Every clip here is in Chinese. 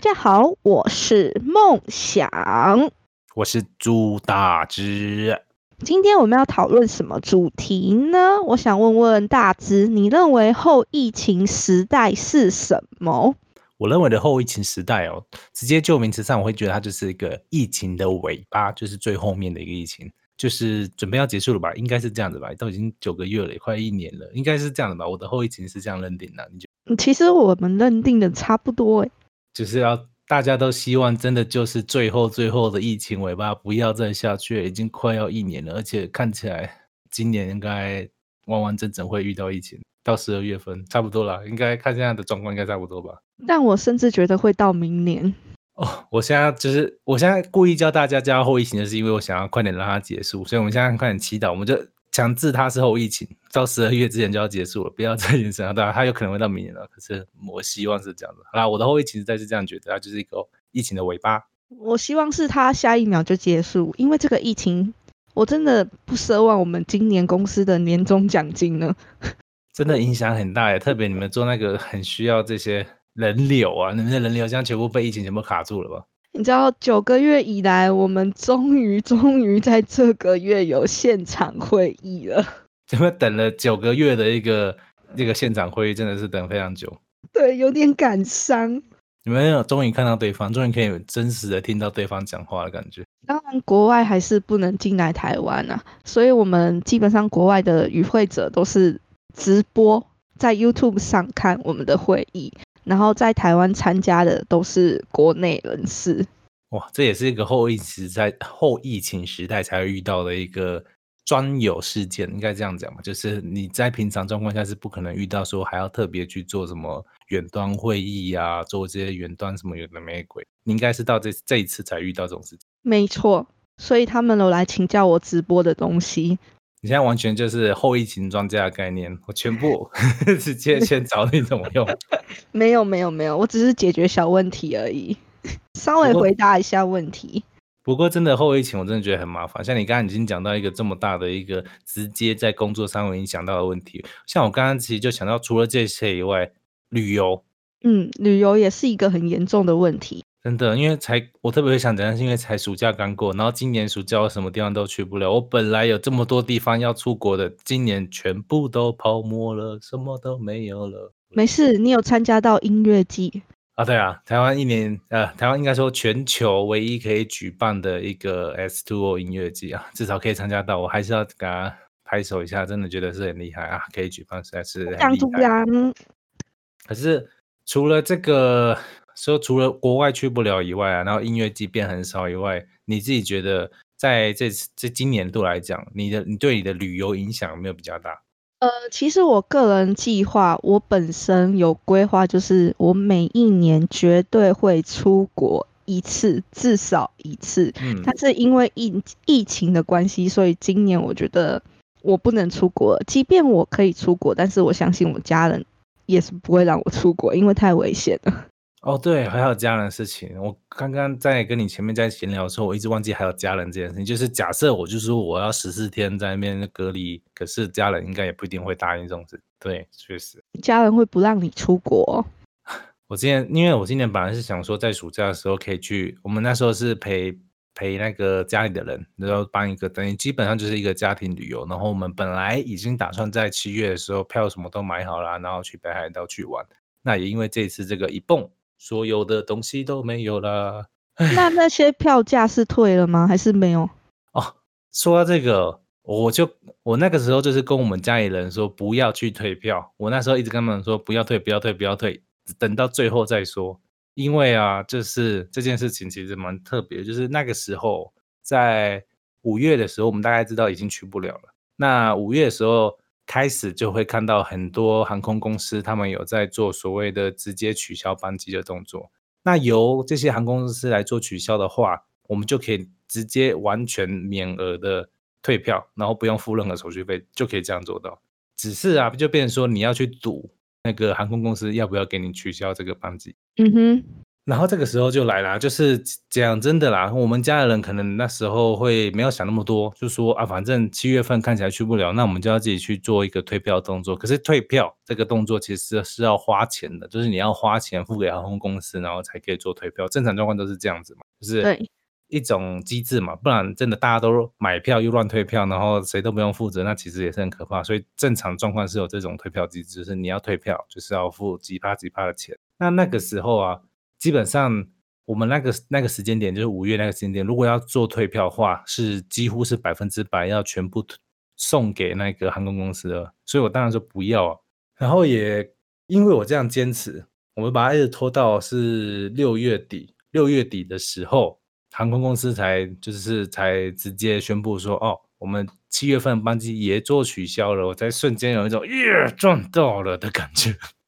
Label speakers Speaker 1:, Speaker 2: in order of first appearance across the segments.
Speaker 1: 家好，我是梦想。
Speaker 2: 我是朱大之。
Speaker 1: 今天我们要讨论什么主题呢？我想问问大资，你认为后疫情时代是什么？
Speaker 2: 我认为的后疫情时代哦，直接就名词上，我会觉得它就是一个疫情的尾巴，就是最后面的一个疫情，就是准备要结束了吧？应该是这样子吧？都已经九个月了，也快一年了，应该是这样的吧？我的后疫情是这样认定的、你就
Speaker 1: 嗯其实我们认定的差不多欸诶、
Speaker 2: 就是要大家都希望真的就是最后最后的疫情尾巴不要再下去了，已经快要一年了，而且看起来今年应该完完整整会遇到疫情，到十二月份差不多了，应该看现在的状况应该差不多吧？
Speaker 1: 但我甚至觉得会到明年。
Speaker 2: 哦，我现在就是我现在故意教大家叫它后疫情，就是因为我想要快点让它结束，所以我们现在快点祈祷，我们就强制它是后疫情，到十二月之前就要结束了，不要再延伸到它，它有可能会到明年了。可是我希望是这样的。好啦，我的后疫情实在是这样觉得，它就是一个疫情的尾巴。
Speaker 1: 我希望是它下一秒就结束，因为这个疫情，我真的不奢望我们今年公司的年终奖金呢。
Speaker 2: 真的影响很大耶，特别你们做那个很需要这些人流啊，你们的人流现在全部被疫情全部卡住了吧？
Speaker 1: 你知道九个月以来，我们终于终于在这个月有现场会议了。
Speaker 2: 这么等了九个月的一个一个现场会议，真的是等非常久。
Speaker 1: 对，有点感伤。
Speaker 2: 你们有终于看到对方，终于可以有真实的听到对方讲话的感觉。
Speaker 1: 当然，国外还是不能进来台湾啊，所以我们基本上国外的与会者都是直播在 YouTube 上看我们的会议，然后在台湾参加的都是国内人士。
Speaker 2: 哇，这也是一个后疫时代、后疫情时代才会遇到的一个专有事件，应该这样讲吧？就是你在平常状况下是不可能遇到说还要特别去做什么远端会议啊，做这些远端什么有的没鬼，你应该是到这这一次才遇到这种事情。
Speaker 1: 没错，所以他们有来请教我直播的东西。
Speaker 2: 你现在完全就是后疫情专家的概念，我全部 直接先找你怎么用。
Speaker 1: 没有，没有，没有，我只是解决小问题而已，稍微
Speaker 2: 不过
Speaker 1: 回答一下问题。
Speaker 2: 不过真的后疫情，我真的觉得很麻烦。像你刚刚已经讲到一个这么大的一个直接在工作上会影响到的问题，像我刚刚其实就想到，除了这些以外，旅游
Speaker 1: 嗯，旅游也是一个很严重的问题。
Speaker 2: 真的，因为才我特别会想讲，是因为才暑假刚过，然后今年暑假我什么地方都去不了。我本来有这么多地方要出国的，今年全部都泡沫了，什么都没有了。
Speaker 1: 没事，你有参加到音乐季，
Speaker 2: 啊，对啊，台湾一年，呃，台湾应该说全球唯一可以举办的一个 S Two O 音乐季啊，至少可以参加到，我还是要给他拍手一下，真的觉得是很厉害啊，可以举办实在是很
Speaker 1: 像
Speaker 2: 厉
Speaker 1: 猪
Speaker 2: 害。
Speaker 1: 羊，
Speaker 2: 可是除了这个，说除了国外去不了以外啊，然后音乐季变很少以外，你自己觉得在这次这今年度来讲，你的你对你的旅游影响有没有比较大？
Speaker 1: 呃，其实我个人计划，我本身有规划，就是我每一年绝对会出国一次，至少一次。
Speaker 2: 嗯，
Speaker 1: 但是因为疫疫情的关系，所以今年我觉得我不能出国。即便我可以出国，但是我相信我家人也是不会让我出国，因为太危险了。
Speaker 2: 哦，对，还有家人的事情。我刚刚在跟你前面在闲聊的时候，我一直忘记还有家人这件事情。就是假设我就说我要十四天在那边隔离，可是家人应该也不一定会答应这种事。对，确实。
Speaker 1: 家人会不让你出国哦、
Speaker 2: 我之前，因为我今年本来是想说，在暑假的时候可以去，我们那时候是陪陪那个家里的人，然后办一个，等于基本上就是一个家庭旅游。然后我们本来已经打算在七月的时候票什么都买好了，然后去北海道去玩。那也因为这次这个一蹦，所有的东西都没有了。
Speaker 1: 那那些票价是退了吗？还是没有？
Speaker 2: 哦，说到这个，我就我那个时候就是跟我们家里人说不要去退票，我那时候一直跟他们说不要退，不要退，不要退，等到最后再说。因为啊，就是这件事情其实蛮特别，就是那个时候在五月的时候，我们大概知道已经去不了了。那五月的时候开始就会看到很多航空公司他们有在做所谓的直接取消班机的动作。那由这些航空公司来做取消的话，我们就可以直接完全免额的退票，然后不用付任何手续费，就可以这样做到。只是啊，就变成说你要去赌那个航空公司要不要给你取消这个班机。
Speaker 1: 嗯哼，
Speaker 2: 然后这个时候就来啦，就是讲真的啦，我们家的人可能那时候会没有想那么多，就说啊，反正七月份看起来去不了，那我们就要自己去做一个退票动作。可是退票这个动作其实是要花钱的，就是你要花钱付给航空公司，然后才可以做退票。正常状况都是这样子嘛，就是
Speaker 1: 对
Speaker 2: 一种机制嘛，不然真的大家都买票又乱退票，然后谁都不用负责，那其实也是很可怕。所以正常状况是有这种退票机制，就是你要退票就是要付几趴几趴的钱。那那个时候啊。基本上我们那个那个时间点就是五月那个时间点，如果要做退票的话，是几乎是百分之百要全部退送给那个航空公司的，所以我当然说不要啊。然后也因为我这样坚持，我们把它一直拖到是六月底，六月底的时候，航空公司才就是才直接宣布说，哦，我们七月份班机也做取消了，我才瞬间有一种耶赚到了的感觉。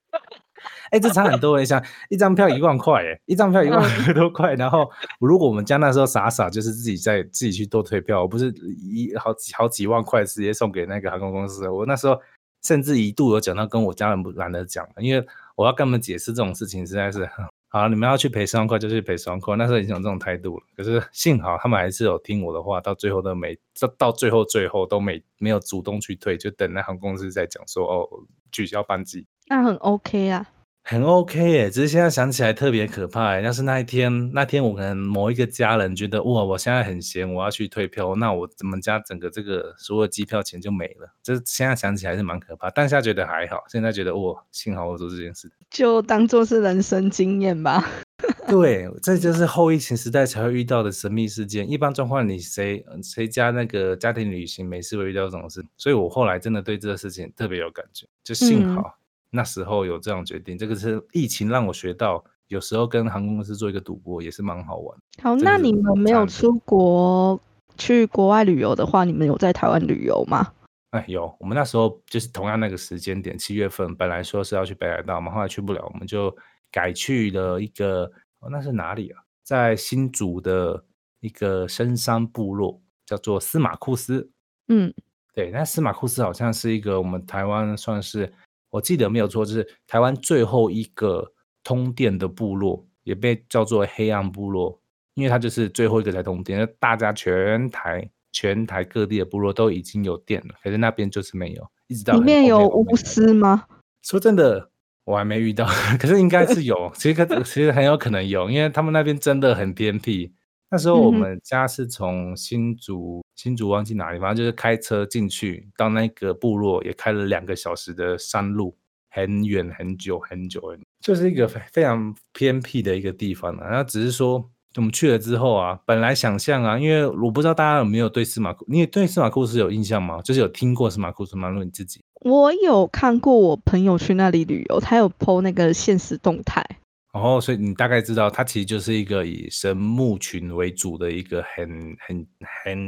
Speaker 2: 哎、这差很多欸！想一张票一万块，哎，一张票一万 多块。然后如果我们家那时候傻傻，就是自己在自己去多退票，我不是一好几好几万块直接送给那个航空公司。我那时候甚至一度有讲到跟我家人不懒得讲，因为我要跟他们解释这种事情实在是，好，你们要去赔十万块就去赔十万块。那时候已经有这种态度了，可是幸好他们还是有听我的话，到最后都没到到最后最后都没没有主动去退，就等那航空公司在讲说哦取消班机。
Speaker 1: 那很 OK 啊。
Speaker 2: 很 OK 耶，只是现在想起来特别可怕耶。要是那一天，那天我可能某一个家人觉得哇，我现在很闲，我要去退票，那我我们家整个这个所有机票钱就没了。这现在想起来是蛮可怕，当下觉得还好，现在觉得哇，幸好我做这件事。
Speaker 1: 就当做是人生经验吧。
Speaker 2: 对，这就是后疫情时代才会遇到的神秘事件。一般状况，你谁呃谁家那个家庭旅行没事会遇到这种事，所以我后来真的对这个事情特别有感觉。就幸
Speaker 1: 嗯
Speaker 2: 好那时候有这样决定，这个是疫情让我学到，有时候跟航空公司做一个赌博也是蛮好玩。
Speaker 1: 好，
Speaker 2: 真
Speaker 1: 那
Speaker 2: 是
Speaker 1: 你们没
Speaker 2: 差
Speaker 1: 有
Speaker 2: 很多
Speaker 1: 出国去国外旅游的话，你们有在台湾旅游吗？
Speaker 2: 哎，有，我们那时候就是同样那个时间点，七月份，本来说是要去北海道嘛，后来去不了，我们就改去了一个，哦、那是哪里啊？在新竹的一个深山部落，叫做司马库斯。
Speaker 1: 嗯，
Speaker 2: 对，那司马库斯好像是一个我们台湾算是，我记得没有错，就是台湾最后一个通电的部落，也被叫做黑暗部落，因为它就是最后一个才通电，那大家全台全台各地的部落都已经有电了，可是那边就是没有，一直到
Speaker 1: 里
Speaker 2: 很
Speaker 1: 面
Speaker 2: 后
Speaker 1: 有
Speaker 2: 我们
Speaker 1: 巫师吗？
Speaker 2: 说真的，我还没遇到， 可是应该是有，其实可其实很有可能有，因为他们那边真的很偏僻。那时候
Speaker 1: 嗯
Speaker 2: 我
Speaker 1: 哼
Speaker 2: 们家是从新竹，新竹忘记哪里，反正就是开车进去到那个部落，也开了两个小时的山路，很远很久很久很久，就是一个非非常偏僻的一个地方啊。那只是说我们去了之后啊，本来想象啊，因为我不知道大家有没有对司马库，你也对司马库斯有印象吗？就是有听过司马库斯吗？如果你自己。
Speaker 1: 我有看过我朋友去那里旅游，他有 PO 那个现实动态。
Speaker 2: 然后，所以你大概知道，它其实就是一个以神木群为主的一个很很很，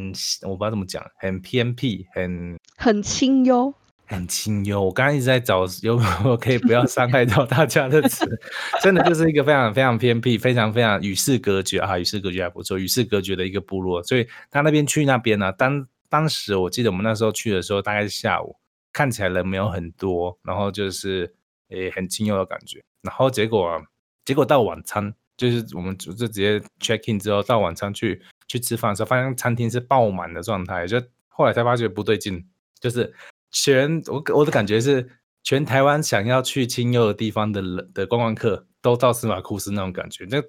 Speaker 2: 我不知道怎么讲，很偏僻、很
Speaker 1: 很清幽，
Speaker 2: 很清幽。我刚刚一直在找有没有可以不要伤害到大家的词， 真的就是一个非常非常偏僻、非常非常与世隔绝啊，与世隔绝还不错，与世隔绝的一个部落。所以他那边去那边呢、当当时我记得我们那时候去的时候，大概是下午，看起来人没有很多，然后就是也很清幽的感觉。然后结果、啊、结果到晚餐，就是我们就就直接 check in 之后到晚餐去去吃饭的时候，发现餐厅是爆满的状态，就后来才发觉不对劲，就是全我我的感觉是全台湾想要去清幽的地方的人的观光客都到司马库斯那种感觉，那。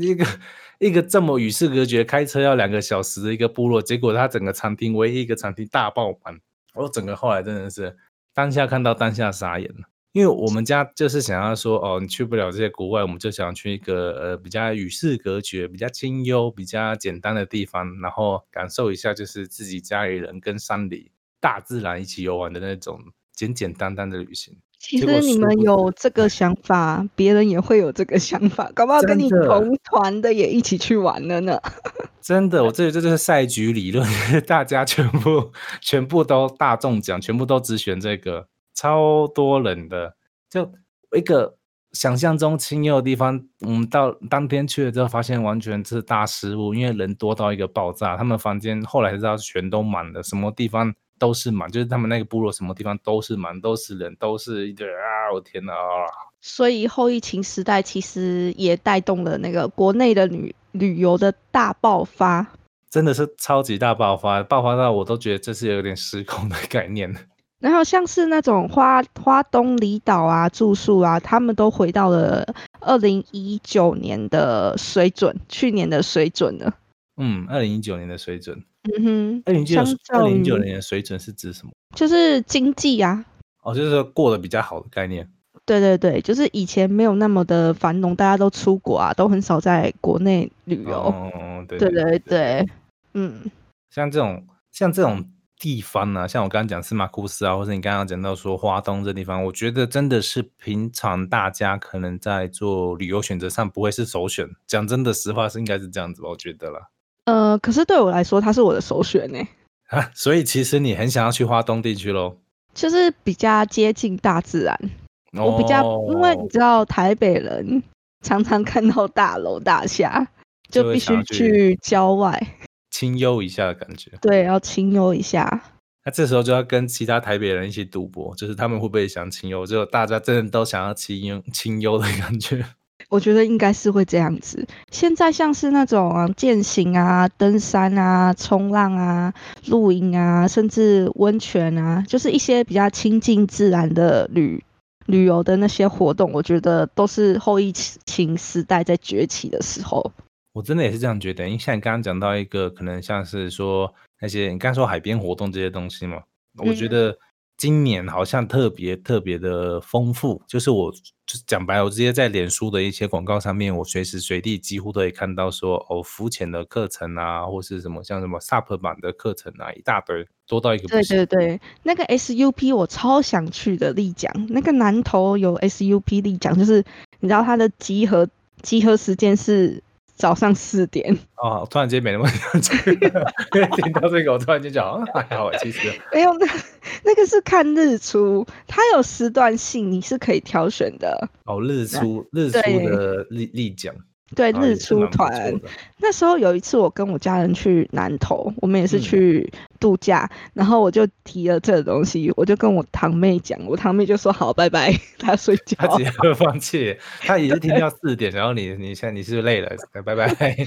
Speaker 2: 一个一个这么与世隔绝，开车要两个小时的一个部落，结果他整个餐厅唯一一个餐厅大爆满，我整个后来真的是当下看到当下傻眼了。因为我们家就是想要说，哦，你去不了这些国外，我们就想去一个呃比较与世隔绝、比较清幽、比较简单的地方，然后感受一下就是自己家里人跟山里、大自然一起游玩的那种简简单单的旅行。
Speaker 1: 其
Speaker 2: 结果
Speaker 1: 实你
Speaker 2: 殊
Speaker 1: 们
Speaker 2: 不
Speaker 1: 有这个想法，别人也会有这个想法，搞不好跟
Speaker 2: 真
Speaker 1: 你
Speaker 2: 的
Speaker 1: 同团的也一起去玩了呢。
Speaker 2: 真的，我这这就是赛局理论， 大家全部全部都大中奖，全部都只选这个，超多人的。就一个想象中清幽的地方，我们到当天去了之后，发现完全是大失误，因为人多到一个爆炸，他们房间后来才知道全都满了，什么地方都是满，就是他们那个部落什么地方都是满，都是人，都是一堆人啊！我天哪、啊！
Speaker 1: 所以后疫情时代其实也带动了那个国内的旅旅游的大爆发。
Speaker 2: 真的是超级大爆发，爆发到我都觉得这是有点失控的概念。
Speaker 1: 然后像是那种花花东离岛啊、住宿啊，他们都回到了二零一九年的水准，去年的水准了。
Speaker 2: 嗯，二零一九年的水准。
Speaker 1: 嗯哼，
Speaker 2: 二零一九
Speaker 1: 相
Speaker 2: 二
Speaker 1: 较
Speaker 2: 零一
Speaker 1: 于
Speaker 2: 九年的水准是指什么？
Speaker 1: 就是经济啊，
Speaker 2: 哦，就是说过得比较好的概念。
Speaker 1: 对对对，就是以前没有那么的繁荣，大家都出国啊，都很少在国内旅游。
Speaker 2: 哦，对
Speaker 1: 对
Speaker 2: 对
Speaker 1: 对对，嗯，
Speaker 2: 像这种像这种地方呢、像我刚刚讲司马库斯啊，或者你刚刚讲到说花东这地方，我觉得真的是平常大家可能在做旅游选择上不会是首选。讲真的，实话是应该是这样子吧，我觉得啦。
Speaker 1: 呃，可是对我来说，它是我的首选欸呢、
Speaker 2: 啊，所以其实你很想要去花东地区喽。
Speaker 1: 就是比较接近大自然。我比较，因为你
Speaker 2: 哦
Speaker 1: 知道台北人常常看到大楼大厦，
Speaker 2: 就
Speaker 1: 就
Speaker 2: 会
Speaker 1: 必
Speaker 2: 想
Speaker 1: 须
Speaker 2: 要
Speaker 1: 去郊外，
Speaker 2: 清幽一下的感觉。
Speaker 1: 对，要清幽一下。
Speaker 2: 那这时候就要跟其他台北人一起赌博，就是他们会不会想清幽，就大家真的都想要清幽清幽的感觉。
Speaker 1: 我觉得应该是会这样子。现在像是那种啊健行啊、登山啊、冲浪啊、露营啊，甚至温泉啊，就是一些比较亲近自然的旅旅游的那些活动，我觉得都是后疫情时代在崛起的时候。
Speaker 2: 我真的也是这样觉得，因为像你刚刚讲到一个可能像是说那些你刚说海边活动这些东西嘛，我觉
Speaker 1: 嗯
Speaker 2: 得今年好像特别特别的丰富，就是我就是讲白了，我直接在脸书的一些广告上面，我随时随地几乎都可以看到说哦浮潜的课程啊，或是什么像什么 SUP 版的课程啊，一大堆多到一个不
Speaker 1: 对
Speaker 2: 行。
Speaker 1: 对对，那个 SUP 我超想去的丽江，那个南头有 SUP 丽江，就是你知道它的集合集合时间是早上四点，
Speaker 2: 哦，突然间没那么想去了，因为听到这个，我突然间讲，嗯还好，其实
Speaker 1: 没有那那个是看日出，它有时段性，你是可以挑选的。
Speaker 2: 哦，日出日出
Speaker 1: 对
Speaker 2: 的丽丽奖，
Speaker 1: 对，
Speaker 2: 啊也
Speaker 1: 日
Speaker 2: 是
Speaker 1: 出
Speaker 2: 蛮不错
Speaker 1: 团
Speaker 2: 的
Speaker 1: 那时候有一次，我跟我家人去南投，我们也是
Speaker 2: 嗯
Speaker 1: 去度假，然后我就提了这个东西，我就跟我堂妹讲，我堂妹就说好，拜 拜，她睡觉。
Speaker 2: 他直接放弃，他也是听到四点，然后你你现在你是不是累了？哎拜拜。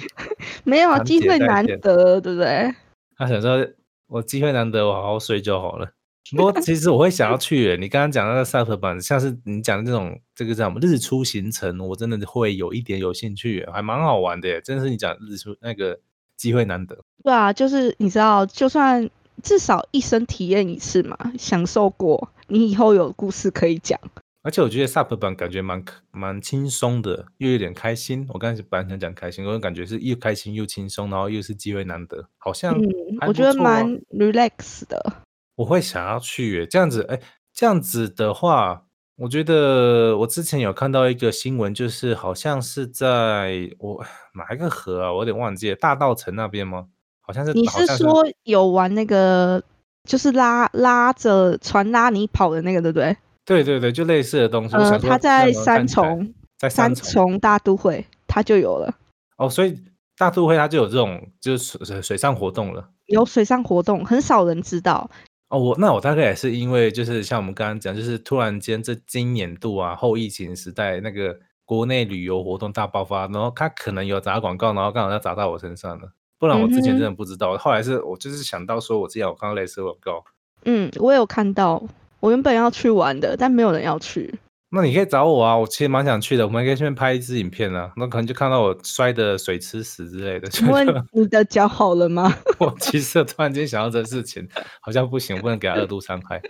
Speaker 1: 没有啊，
Speaker 2: 堂
Speaker 1: 机
Speaker 2: 姐
Speaker 1: 会
Speaker 2: 再
Speaker 1: 难
Speaker 2: 见
Speaker 1: 得，对不对？
Speaker 2: 他想说，我机会难得，我好好睡就好了。不过其实我会想要去欸耶，你刚刚讲到的 SUP 版，像是你讲的这种这个叫什么日出行程，我真的会有一点有兴趣欸耶，还蛮好玩的耶。真的是你讲日出那个机会难得，
Speaker 1: 对啊，就是你知道，就算至少一生体验一次嘛，享受过，你以后有故事可以讲。
Speaker 2: 而且我觉得 SUP 版感觉蛮蛮轻松的，又有点开心。我刚开始本来想讲开心，我感觉是又开心又轻松，然后又是机会难得，好像
Speaker 1: 嗯，
Speaker 2: 还
Speaker 1: 我
Speaker 2: 不
Speaker 1: 觉得
Speaker 2: 错啊
Speaker 1: 蛮 relax 的。
Speaker 2: 我会想要去耶。这样子，哎，这样子的话，我觉得我之前有看到一个新闻，就是好像是在我哪一个河啊，我有点忘记了，大道城那边吗？好像是，
Speaker 1: 你
Speaker 2: 好
Speaker 1: 是
Speaker 2: 像
Speaker 1: 说有玩那个，就是拉拉着船拉你跑的那个，对不对？
Speaker 2: 对对对，就类似的东西。我
Speaker 1: 呃，
Speaker 2: 想说
Speaker 1: 他在
Speaker 2: 这样
Speaker 1: 三
Speaker 2: 看起来
Speaker 1: 重
Speaker 2: 在
Speaker 1: 三
Speaker 2: 三重
Speaker 1: 重大都会，他就有了，
Speaker 2: 哦，所以大都会它就有这种就是水水上活动了。
Speaker 1: 有水上活动，很少人知道。
Speaker 2: 哦，我那我大概也是因为就是像我们刚刚讲，就是突然间这今年度啊，后疫情时代那个国内旅游活动大爆发，然后他可能有砸广告，然后刚好要砸到我身上了，不然我之
Speaker 1: 嗯
Speaker 2: 前真的不知道。后来是我就是想到说，我之前有看到类似的广告，
Speaker 1: 嗯，我有看到，我原本要去玩的，但没有人要 去。
Speaker 2: 那你可以找我啊，我其实蛮想去的，我们可以先拍一支影片啊，那可能就看到我摔的水吃屎之类的。就
Speaker 1: 请问你的脚好了吗？
Speaker 2: 我其实突然间想到这事情，好像不行，不能给他二度伤害。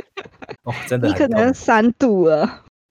Speaker 2: 哦，真的
Speaker 1: 你
Speaker 2: 很
Speaker 1: 可
Speaker 2: 痛
Speaker 1: 能三度了。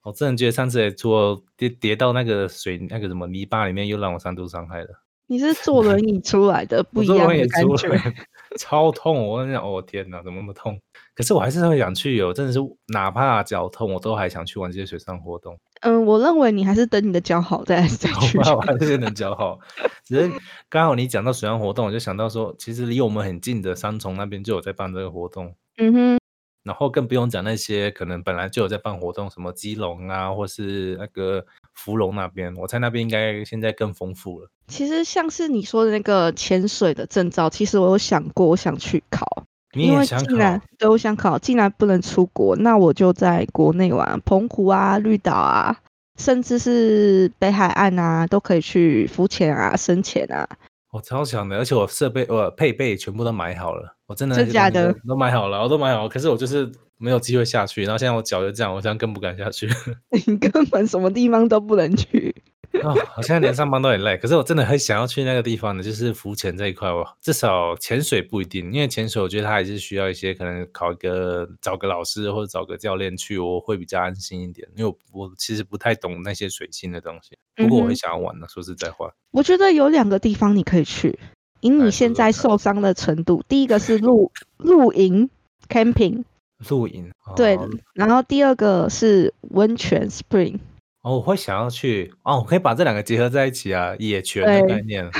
Speaker 2: 我哦真的觉得上次也做跌跌到那个水那个什么泥巴里面，又让我三度伤害了，
Speaker 1: 你是坐轮椅出来的，不
Speaker 2: 我
Speaker 1: 一
Speaker 2: 做
Speaker 1: 样
Speaker 2: 完也
Speaker 1: 的感
Speaker 2: 出
Speaker 1: 觉。
Speaker 2: 来， 超痛！我跟你讲，哦天哪，怎么那么痛？可是我还是会想去哦，真的是哪怕脚痛，我都还想去玩这些水上 活动。
Speaker 1: 嗯，我认为你还是等你的脚好 再再
Speaker 2: 好
Speaker 1: 去。
Speaker 2: 吧，把这些能讲好。只是刚好你讲到水上活动，我就想到说，其实离我们很近的三重那边就有在办这个活动，
Speaker 1: 嗯哼，
Speaker 2: 然后更不用讲那些可能本来就有在办活动，什么基隆啊，或是那个芙蓉那边，我猜那边应该现在更丰富了。
Speaker 1: 其实像是你说的那个潜水的证照，其实我有想过，我想去考，
Speaker 2: 你
Speaker 1: 因
Speaker 2: 也
Speaker 1: 为
Speaker 2: 想
Speaker 1: 既
Speaker 2: 考？
Speaker 1: 然对我想考，既然不能出国，那我就在国内玩，澎湖啊、绿岛啊，甚至是北海岸啊，都可以去浮潜啊、深潜啊。
Speaker 2: 我超想的，而且我设备、我配备全部都买好了，我真的
Speaker 1: 真
Speaker 2: 那些
Speaker 1: 假
Speaker 2: 东西
Speaker 1: 的
Speaker 2: 都都买好了，我都买好了，可是我就是没有机会下去。然后现在我脚就这样，我现在更不敢 下去。
Speaker 1: 你根本什么地方都不能去。
Speaker 2: 哦，我现在连上班都很累，可是我真的很想要去那个地方的，就是浮潜这一块。我至少潜水不一定，因为潜水我觉得它还是需要一些可能考一个找个老师或者找个教练去，我会比较安心一点。因为我我其实不太懂那些水性的东西，不过我
Speaker 1: 嗯
Speaker 2: 很
Speaker 1: 哼
Speaker 2: 想要玩的。说实在话，
Speaker 1: 我觉得有两个地方你可以去，以
Speaker 2: 来
Speaker 1: 你
Speaker 2: 说
Speaker 1: 现
Speaker 2: 说
Speaker 1: 在
Speaker 2: 看
Speaker 1: 受伤的程度，第一个是露 露营 camping，
Speaker 2: 露营
Speaker 1: 对
Speaker 2: 哦
Speaker 1: 的，然后第二个是温泉 spring，
Speaker 2: 哦，我会想要去哦，我可以把这两个结合在一起啊，野泉的概
Speaker 1: 对
Speaker 2: 念，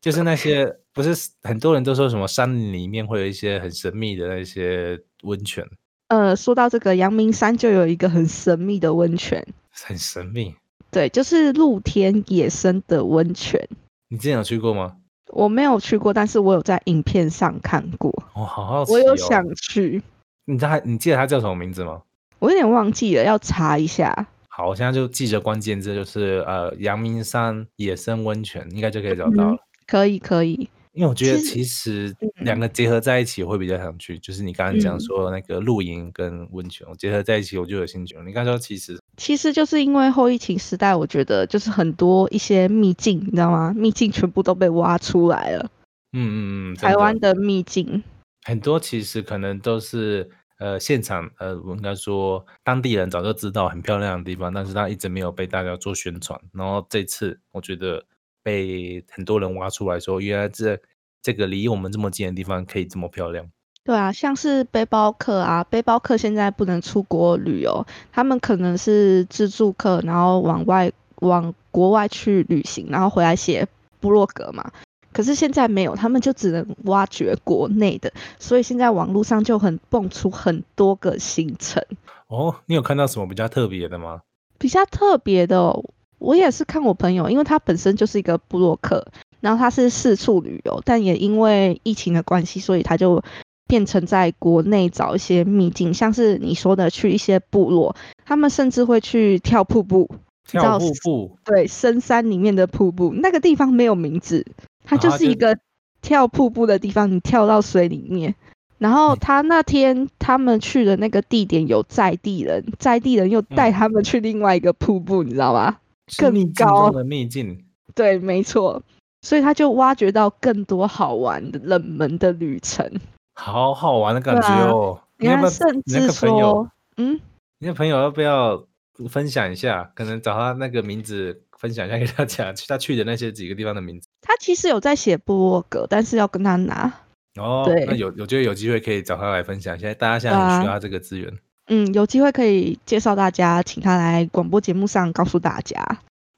Speaker 2: 就是那些不是很多人都说什么山林里面会有一些很神秘的那些温泉，
Speaker 1: 呃，说到这个阳明山就有一个很神秘的温泉，
Speaker 2: 很神秘。
Speaker 1: 对，就是露天野生的温泉。
Speaker 2: 你之前有去过吗？
Speaker 1: 我没有去过，但是我有在影片上看过，
Speaker 2: 我、好好奇、哦。
Speaker 1: 我有想，去，
Speaker 2: 你知道它你记得它叫什么名字吗？
Speaker 1: 我有点忘记了，要查一下。
Speaker 2: 好，我现在就记着关键字，就是呃，阳明山野生温泉，应该就可以找到
Speaker 1: 嗯
Speaker 2: 了。
Speaker 1: 可以，可以，
Speaker 2: 因为我觉得
Speaker 1: 其实
Speaker 2: 其实两个结合在一起，我会比较想去。就是你刚刚讲
Speaker 1: 嗯
Speaker 2: 说那个露营跟温泉，我结合在一起，我就有兴趣了。你刚才说其实
Speaker 1: 其实就是因为后疫情时代，我觉得就是很多一些秘境，你知道吗？秘境全部都被挖出来了，
Speaker 2: 嗯嗯嗯，真
Speaker 1: 台
Speaker 2: 的
Speaker 1: 湾的秘境。
Speaker 2: 很多其实可能都是呃现场呃，我应该说当地人早就知道很漂亮的地方，但是它一直没有被大家做宣传。然后这次我觉得被很多人挖出来说，原来这这个离我们这么近的地方可以这么漂亮。
Speaker 1: 对啊，像是背包客啊，背包客现在不能出国旅游，他们可能是自助客，然后往外往国外去旅行，然后回来写部落格嘛。可是现在没有，他们就只能挖掘国内的，所以现在网络上就很蹦出很多个行程。
Speaker 2: 哦，你有看到什么比较特别的吗？
Speaker 1: 比较特别的哦、我也是看我朋友，因为他本身就是一个布洛克，然后他是四处旅游，但也因为疫情的关系，所以他就变成在国内找一些秘境，像是你说的去一些部落，他们甚至会去跳瀑布，知
Speaker 2: 跳
Speaker 1: 道
Speaker 2: 瀑
Speaker 1: 是
Speaker 2: 布，
Speaker 1: 对，深山里面的瀑布，那个地方没有名字，它就
Speaker 2: 啊
Speaker 1: 是一
Speaker 2: 就
Speaker 1: 个跳瀑布的地方，你跳到水里面。然后
Speaker 2: 嗯
Speaker 1: 他那天他们去的那个地点有在地人，在地人又带
Speaker 2: 嗯
Speaker 1: 他们去另外一个瀑布，你知道吗？
Speaker 2: 是
Speaker 1: 更
Speaker 2: 秘境
Speaker 1: 高
Speaker 2: 中的秘境。
Speaker 1: 对，没错，所以他就挖掘到更多好玩的冷门的旅程。
Speaker 2: 好好玩的感
Speaker 1: 对
Speaker 2: 觉
Speaker 1: 啊
Speaker 2: 哦！
Speaker 1: 你
Speaker 2: 要
Speaker 1: 看，
Speaker 2: 不要
Speaker 1: 甚
Speaker 2: 你那
Speaker 1: 至
Speaker 2: 个朋友
Speaker 1: 说，，嗯，
Speaker 2: 你那朋友要不要分享一下？可能找他那个名字分享一下给 大家，他去的那些几个地方的名字。
Speaker 1: 他其实有在写部落格，但是要跟他拿。
Speaker 2: 哦，那
Speaker 1: 对
Speaker 2: 有我觉得有机会可以找他来分享一下，大家现在
Speaker 1: 对
Speaker 2: 很需
Speaker 1: 啊
Speaker 2: 要这个资源。
Speaker 1: 嗯，有机会可以介绍大家，请他来广播节目上告诉大家。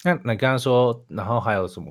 Speaker 2: 那你刚刚说，然后还有什么？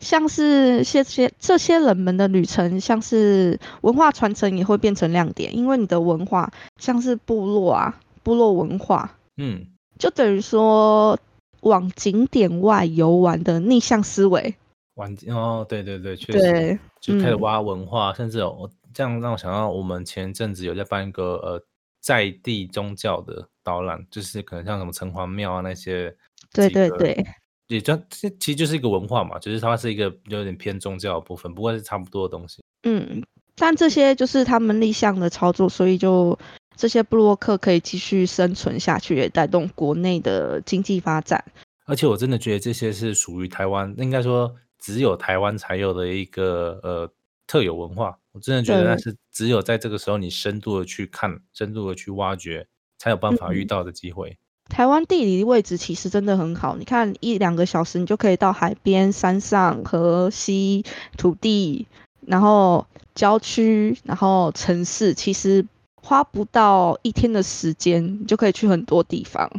Speaker 1: 像是些些这些冷门的旅程，像是文化传承也会变成亮点，因为你的文化像是部落啊，部落文化
Speaker 2: 嗯，
Speaker 1: 就等于说往景点外游玩的逆向思维，
Speaker 2: 玩哦，对对对，确实，
Speaker 1: 对，
Speaker 2: 就开始
Speaker 1: 嗯
Speaker 2: 挖文化，甚至有我这样让我想到，我们前阵子有在办一个呃在地宗教的导览，就是可能像什么城隍庙啊那些，
Speaker 1: 对对对，
Speaker 2: 也就这其实就是一个文化嘛，只、是它是一个有点偏宗教的部分，不过是差不多的东西。
Speaker 1: 嗯，但这些就是他们逆向的操作，所以就这些布洛克可以继续生存下去，也带动国内的经济发展。
Speaker 2: 而且我真的觉得这些是属于台湾，应该说只有台湾才有的一个呃特有文化。我真的觉得那
Speaker 1: 对
Speaker 2: 是只有在这个时候你深度的去看、深度的去挖掘，才有办法遇
Speaker 1: 嗯
Speaker 2: 到的机会。
Speaker 1: 台湾地理位置其实真的很好，你看一两个小时你就可以到海边、山上、河西、土地，然后郊区，然后城市，其实花不到一天的时间，你就可以去很多地方。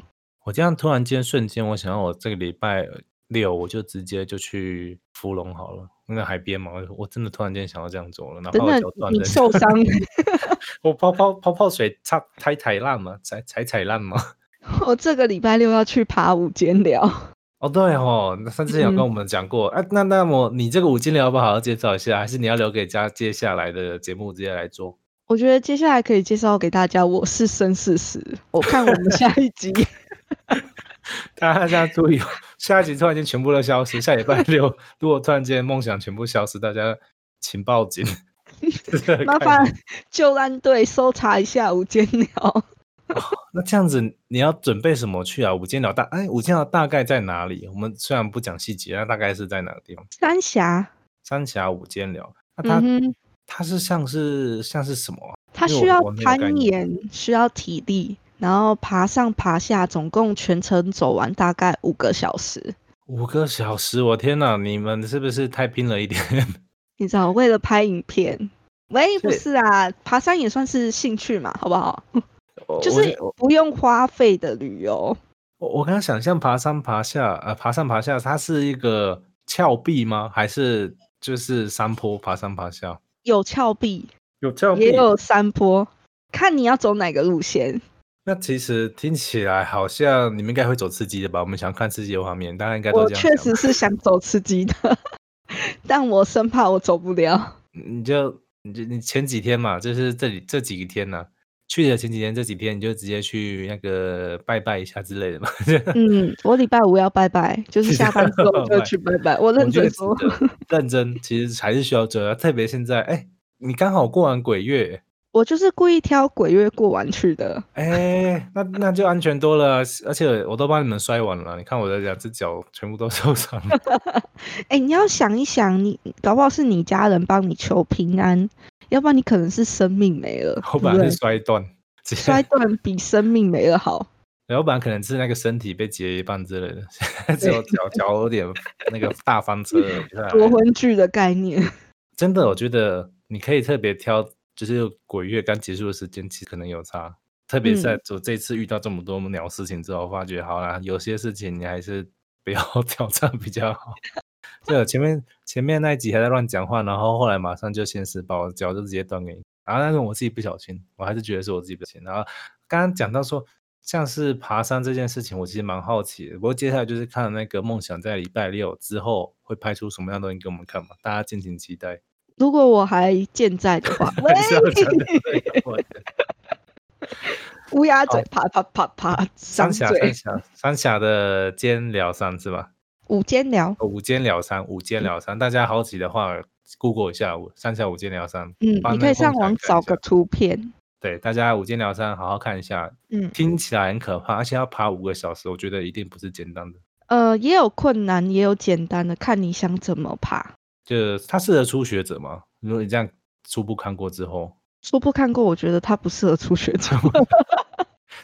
Speaker 2: 我这样突然间瞬间，我想要我这个礼拜六我就直接就去芙蓉好了，那海边嘛，我真的突然间想要这样做了，哪怕
Speaker 1: 等
Speaker 2: 我
Speaker 1: 等
Speaker 2: 脚断，
Speaker 1: 你
Speaker 2: 了，
Speaker 1: 受伤，
Speaker 2: 我哦泡泡泡泡水擦踩踩烂嘛，踩踩踩烂嘛。
Speaker 1: 我这个礼拜六要去爬五间寮。
Speaker 2: 哦，对哦，那上次有跟
Speaker 1: 嗯
Speaker 2: 我们讲过，啊，那那么你这个五金疗要不要好好介绍一下，还是你要留给家接下来的节目直接来做？
Speaker 1: 我觉得接下来可以介绍给大家，我是生四十。我看我们下一 集
Speaker 2: 大家注意哦，下一集突然间全部都消失，下礼拜六如果突然间梦想全部消失，大家请 报警。
Speaker 1: 麻烦救援队搜查一下无间鸟。
Speaker 2: 那这样子你要准备什么去啊？五间岛大哎，五间岛大概在哪里？我们虽然不讲细节，那大概是在哪个地方？
Speaker 1: 三峡，
Speaker 2: 三峡五间寮，那它、
Speaker 1: 嗯哼，
Speaker 2: 它是像是像是什么啊、
Speaker 1: 它
Speaker 2: 因为
Speaker 1: 需
Speaker 2: 我
Speaker 1: 要
Speaker 2: 我没有概
Speaker 1: 攀
Speaker 2: 念
Speaker 1: 岩，需要体力，然后爬上爬下，总共全程走完大概五个小时。
Speaker 2: 五个小时，我天哪！你们是不是太拼了一点？
Speaker 1: 你知道，为了拍影片，喂，不
Speaker 2: 是
Speaker 1: 是啊，爬山也算是兴趣嘛，好不好？
Speaker 2: 我
Speaker 1: 就
Speaker 2: 我
Speaker 1: 是不用花费的旅游。
Speaker 2: 我我刚刚想象爬山爬下，呃，爬上爬下，它是一个峭壁吗？还是就是山坡爬上爬下？
Speaker 1: 有峭壁，
Speaker 2: 有峭
Speaker 1: 也有山坡，看你要走哪个路线。
Speaker 2: 那其实听起来好像你们应该会走刺激的吧？我们想看刺激的画面，大家应该都
Speaker 1: 我
Speaker 2: 这样
Speaker 1: 确
Speaker 2: 想吧。
Speaker 1: 实是想走刺激的， 但我生怕我走不了。
Speaker 2: 你就你就你前几天嘛，就是这里这几天呢、去的前几天这几天你就直接去那个拜拜一下之类的嘛。
Speaker 1: 嗯，我礼拜五要拜拜，就是下班之后我
Speaker 2: 拜
Speaker 1: 就
Speaker 2: 拜
Speaker 1: 去拜拜。我
Speaker 2: 我
Speaker 1: 认
Speaker 2: 觉
Speaker 1: 真
Speaker 2: 得值
Speaker 1: 说，
Speaker 2: 得，认真其实还是需要做的，特别现在哎、你刚好过完鬼月，
Speaker 1: 我就是故意挑鬼月过完去的。
Speaker 2: 哎、那那就安全多了啊，而且我都帮你们摔完了，你看我的两只脚全部都 受伤了，
Speaker 1: 哎、你要想一想，你搞不好是你家人帮你求平安，要不然你可能是生命没了，
Speaker 2: 我
Speaker 1: 对
Speaker 2: 本
Speaker 1: 不
Speaker 2: 来
Speaker 1: 对
Speaker 2: 是？摔断，直接
Speaker 1: 摔断比生命没了好。
Speaker 2: 老板可能是那个身体被截一半之类的，现在只
Speaker 1: 对
Speaker 2: 有脚脚有点那个大翻车了。 不太
Speaker 1: 夺
Speaker 2: 好
Speaker 1: 魂剧的概念，
Speaker 2: 真的，我觉得你可以特别挑，就是鬼月刚结束的时间，其实可能有差。特别是在我这次遇到这么多鸟事情之后，发觉好啦，有些事情你还是不要 挑战比较好。对，我前面前面那一集还在乱讲话，然后后来马上就现实把我脚就直接断给你。然后但是我自己不小心，我还是觉得是我自己不小心。然后刚刚讲到说，像是爬山这件事情，我其实蛮好奇的。不过接下来就是看那个梦想在礼拜六之后会拍出什么样的东西给我们看嘛，大家敬请期待。
Speaker 1: 如果我还健在的 话，喂，
Speaker 2: 是要讲的对我的
Speaker 1: 乌鸦嘴啪啪啪啪，张
Speaker 2: 三峡三
Speaker 1: 嘴，
Speaker 2: 峡三峡的尖寮山是吧？
Speaker 1: 午间聊，
Speaker 2: 哦五间寮山，五间寮山，大家好奇的话，Google 一下五三峡五间寮山。
Speaker 1: 嗯，
Speaker 2: 帮
Speaker 1: 你
Speaker 2: 那
Speaker 1: 可以上
Speaker 2: 个梦想
Speaker 1: 网
Speaker 2: 看一
Speaker 1: 找个
Speaker 2: 下
Speaker 1: 图片，
Speaker 2: 对，大家五间寮山好好看一下，
Speaker 1: 嗯，
Speaker 2: 听起来很可怕，而且要爬五个小时，我觉得一定不是简单的。
Speaker 1: 呃，也有困难，也有简单的，看你想怎么爬。
Speaker 2: 就它适合初学者吗？如果你这样初步看过之后，
Speaker 1: 初步看过，我觉得它不适合初学者，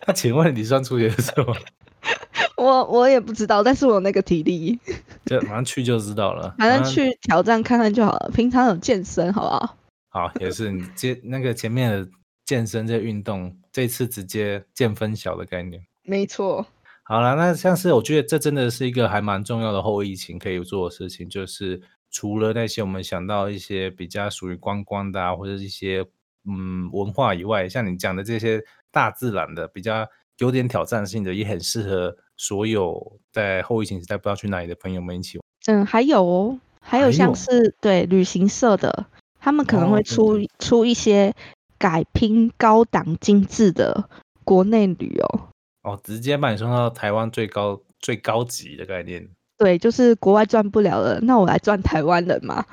Speaker 2: 那请问你算初学者吗？
Speaker 1: 我我也不知道，但是我有那个体力，
Speaker 2: 就马上去就知道了。啊
Speaker 1: 反
Speaker 2: 马
Speaker 1: 正
Speaker 2: 上
Speaker 1: 去挑战看看就好了。平常有健身，好不好？
Speaker 2: 好，也是你接那个前面的健身这个运动，这次直接见分晓的概念。
Speaker 1: 没错，
Speaker 2: 好了，那像是我觉得这真的是一个还蛮重要的后疫情可以做的事情，就是除了那些我们想到一些比较属于观光的啊，或者是一些嗯文化以外，像你讲的这些大自然的比较有点挑战性的，也很适合所有在后疫情时代不知道去哪里的朋友们一起玩。
Speaker 1: 嗯，还有哦，还有
Speaker 2: 还
Speaker 1: 像
Speaker 2: 有
Speaker 1: 是对旅行社的，他们可能
Speaker 2: 哦
Speaker 1: 会
Speaker 2: 对
Speaker 1: 出、
Speaker 2: 对
Speaker 1: 出一些改拼高档精致的国内旅游。
Speaker 2: 哦，直接把你送到台湾最高最高级的概念。
Speaker 1: 对，就是国外赚不了了，那我来赚台湾人嘛。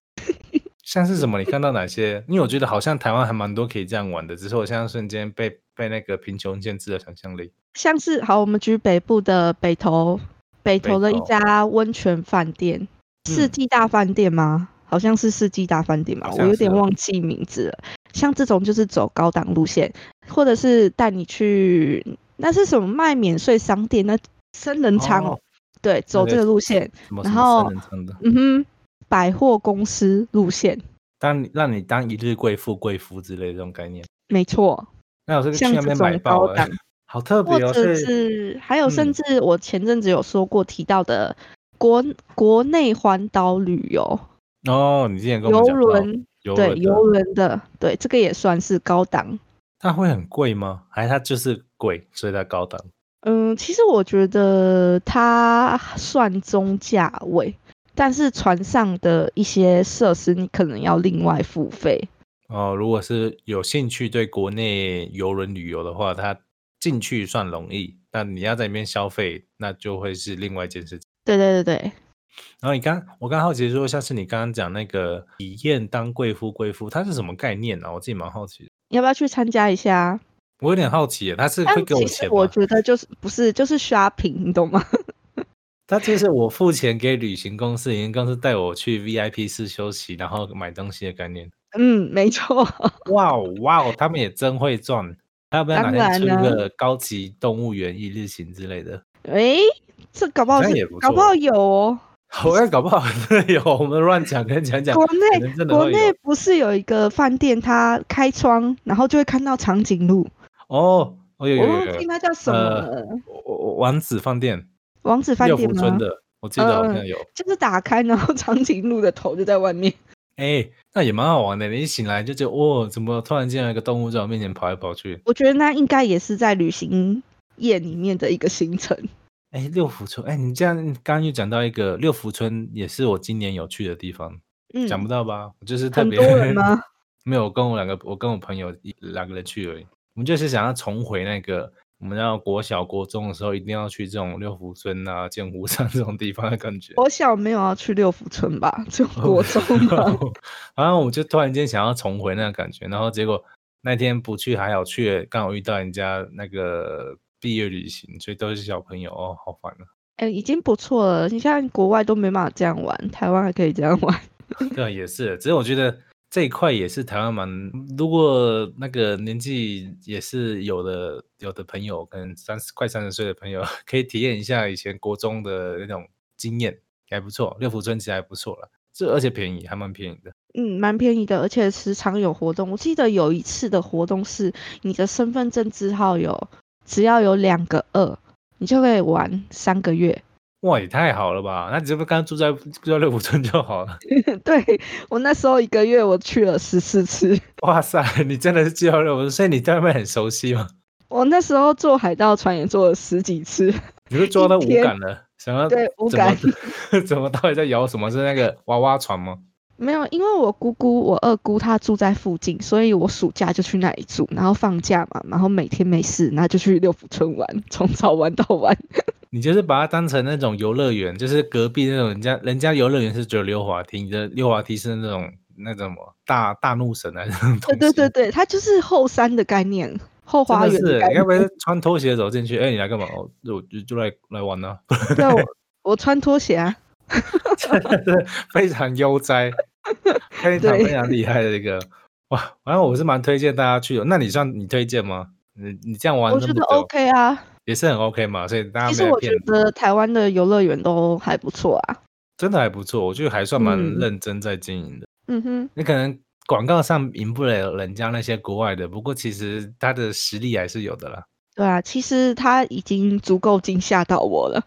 Speaker 2: 像是什么？你看到哪些？因为我觉得好像台湾还蛮多可以这样玩的，只是我现在瞬间被被那个贫穷限制了想象力。
Speaker 1: 像是好，我们举北部的北投，北
Speaker 2: 北
Speaker 1: 投的一
Speaker 2: 投
Speaker 1: 家温泉饭店，四
Speaker 2: 嗯
Speaker 1: 季大饭店吗？好像是四季大饭店吧，
Speaker 2: 好
Speaker 1: 我
Speaker 2: 像
Speaker 1: 有
Speaker 2: 是
Speaker 1: 点
Speaker 2: 哦
Speaker 1: 忘记名字了。像这种就是走高档路线，或者是带你去那是什么卖免税商店，那生人餐哦，
Speaker 2: 哦
Speaker 1: 对，走
Speaker 2: 个
Speaker 1: 这个路线，
Speaker 2: 什么什
Speaker 1: 然
Speaker 2: 么
Speaker 1: 后
Speaker 2: 三人唱的，
Speaker 1: 嗯哼，百货公司路线，
Speaker 2: 当你让你当一日贵妇、贵夫之类的这种概念。
Speaker 1: 没错，
Speaker 2: 那我这个去
Speaker 1: 像
Speaker 2: 那
Speaker 1: 这
Speaker 2: 边买
Speaker 1: 种
Speaker 2: 爆
Speaker 1: 高
Speaker 2: 了
Speaker 1: 档，。
Speaker 2: 好特别
Speaker 1: 或者
Speaker 2: 哦！所以
Speaker 1: 是还有，甚
Speaker 2: 嗯
Speaker 1: 至我前阵子有说过提到的国国内环岛旅游，
Speaker 2: 哦，你之前跟
Speaker 1: 游
Speaker 2: 我们讲到
Speaker 1: 轮，
Speaker 2: 游
Speaker 1: 对，
Speaker 2: 轮
Speaker 1: 游
Speaker 2: 的，
Speaker 1: 轮的，对，这个也算是高档。
Speaker 2: 它会很贵吗？还是它就是贵，所以它高档？
Speaker 1: 嗯，其实我觉得它算中价位，但是船上的一些设施你可能要另外付费。
Speaker 2: 哦，如果是有兴趣对国内游轮旅游的话，它进去算容易，那你要在里面消费，那就会是另外一件事情。
Speaker 1: 对对对对，
Speaker 2: 然后你刚，我刚好奇说，像是你刚刚讲那个体验当贵妇贵妇，它是什么概念呢、啊我自己蛮好奇的，
Speaker 1: 你要不要去参加一下？啊
Speaker 2: 我有点好奇耶，它是会
Speaker 1: 但
Speaker 2: 给我
Speaker 1: 其
Speaker 2: 钱
Speaker 1: 实
Speaker 2: 吗
Speaker 1: 我？觉得就是不是就是 shopping，你懂吗？
Speaker 2: 它就是我付钱给旅行公司，旅行公司带我去 VIP 室休息，然后买东西的概念。
Speaker 1: 嗯，没错。
Speaker 2: 哇哦哇哦，他们也真会赚，他要不要哪
Speaker 1: 当
Speaker 2: 天
Speaker 1: 然
Speaker 2: 出
Speaker 1: 啦
Speaker 2: 个高级动物园一日行之类的？
Speaker 1: 诶，这搞不
Speaker 2: 好
Speaker 1: 好
Speaker 2: 像
Speaker 1: 是
Speaker 2: 也不
Speaker 1: 搞不
Speaker 2: 错
Speaker 1: 好有哦。
Speaker 2: 我要搞不好真的有，我们乱讲跟讲讲，
Speaker 1: 国
Speaker 2: 可
Speaker 1: 内
Speaker 2: 能真的
Speaker 1: 国
Speaker 2: 会
Speaker 1: 内
Speaker 2: 有
Speaker 1: 不是有一个饭店，它开窗然后就会看到长颈鹿，
Speaker 2: 哦。哦有有
Speaker 1: 我
Speaker 2: 有
Speaker 1: 忘
Speaker 2: 有
Speaker 1: 记
Speaker 2: 有，
Speaker 1: 那叫什么
Speaker 2: 呃
Speaker 1: 了，
Speaker 2: 我我王子饭店，
Speaker 1: 王子饭
Speaker 2: 六
Speaker 1: 店
Speaker 2: 福村
Speaker 1: 吗？
Speaker 2: 的，我记得好
Speaker 1: 嗯
Speaker 2: 像有。
Speaker 1: 就是打开然后 长颈鹿的头就在外面。
Speaker 2: 哎、那也蛮好玩的。你一醒来就觉得，哦，怎么突然间有一个动物在我面前跑来跑去？
Speaker 1: 我觉得那应该也是在旅行业里面的一个行程。
Speaker 2: 哎、六福村，哎、你这样刚刚又讲到一个六福村，也是我今年有去的地方，
Speaker 1: 嗯，
Speaker 2: 讲不到吧？我就是特
Speaker 1: 很
Speaker 2: 别
Speaker 1: 多 人吗？
Speaker 2: 没有，我跟我两个，我跟我朋友一两个人去而已。我们就是想要重回那个，我们要国小、国中的时候一定要去这种六福村啊、剑湖山 这种地方的感觉。
Speaker 1: 我小没有要去六福村吧，就
Speaker 2: 哦
Speaker 1: 国中 吧。
Speaker 2: 然后我就突然间想要重回那个感觉，然后结果那天不去还好，去了刚好遇到人家那个毕业旅行，所以都是小朋友哦，好烦啊！
Speaker 1: 哎、已经不错了。你像国外都没办法这样玩，台湾还可以这样玩。
Speaker 2: 对啊，也是，只是我觉得这一块也是台湾蛮，如果那个年纪也是有的，有的朋友可能三十快三十岁的朋友可以体验一下以前国中的那种经验，还不错，六福村其实还不错了，这而且便宜，还蛮便宜的。
Speaker 1: 嗯，蛮便宜的，而且时常有活动。我记得有一次的活动是，你的身份证字号有只要有两个二，你就可以玩三个月。
Speaker 2: 哇，也太好了吧！那你这不刚住在住在六福村就好了。
Speaker 1: 对我那时候一个月我去了十四次。
Speaker 2: 哇塞，你真的是肌肉热舞，所以你对外面很熟悉吗？
Speaker 1: 我那时候坐海盗船也坐了十几次，
Speaker 2: 你是抓到无
Speaker 1: 天
Speaker 2: 感了，想要
Speaker 1: 对无
Speaker 2: 呃怎么
Speaker 1: 感
Speaker 2: 怎么到底在摇什么？是那个娃娃船吗？
Speaker 1: 没有，因为我姑姑、我二姑她住在附近，所以我暑假就去那里住，然后放假嘛，然后每天没事，那就去六福村玩，从早玩到晚。
Speaker 2: 你就是把它当成那种游乐园，就是隔壁那种人家人家游乐园是只有溜滑梯，你的溜滑梯是那种那种什么大大怒神啊那种东
Speaker 1: 对
Speaker 2: 西。
Speaker 1: 对对对，它就是后山的概念，后花园
Speaker 2: 真的
Speaker 1: 的概
Speaker 2: 是，要
Speaker 1: 念。
Speaker 2: 不然穿拖鞋走进去，哎、你来干嘛？哦，我就就来来玩呢、啊，
Speaker 1: 对，我 我穿拖鞋啊，
Speaker 2: 非常悠哉，非常
Speaker 1: 对
Speaker 2: 非常厉害的一个哇！反正我是蛮推荐大家去的。那你算你推荐吗？你你这样玩
Speaker 1: 我
Speaker 2: 那
Speaker 1: 觉得
Speaker 2: 么久，
Speaker 1: OK 啊。
Speaker 2: 也是很 OK 嘛，所以大家
Speaker 1: 其
Speaker 2: 没
Speaker 1: 实
Speaker 2: 来
Speaker 1: 我
Speaker 2: 骗
Speaker 1: 觉
Speaker 2: 你，
Speaker 1: 得台湾的游乐园都还不错啊。
Speaker 2: 真的还不错，我觉得还算蛮
Speaker 1: 嗯
Speaker 2: 认真在经营的。
Speaker 1: 嗯哼，
Speaker 2: 你可能广告上赢不了人家那些国外的，不过其实他的实力还是有的啦。
Speaker 1: 对啊，其实它已经足够惊吓到我了。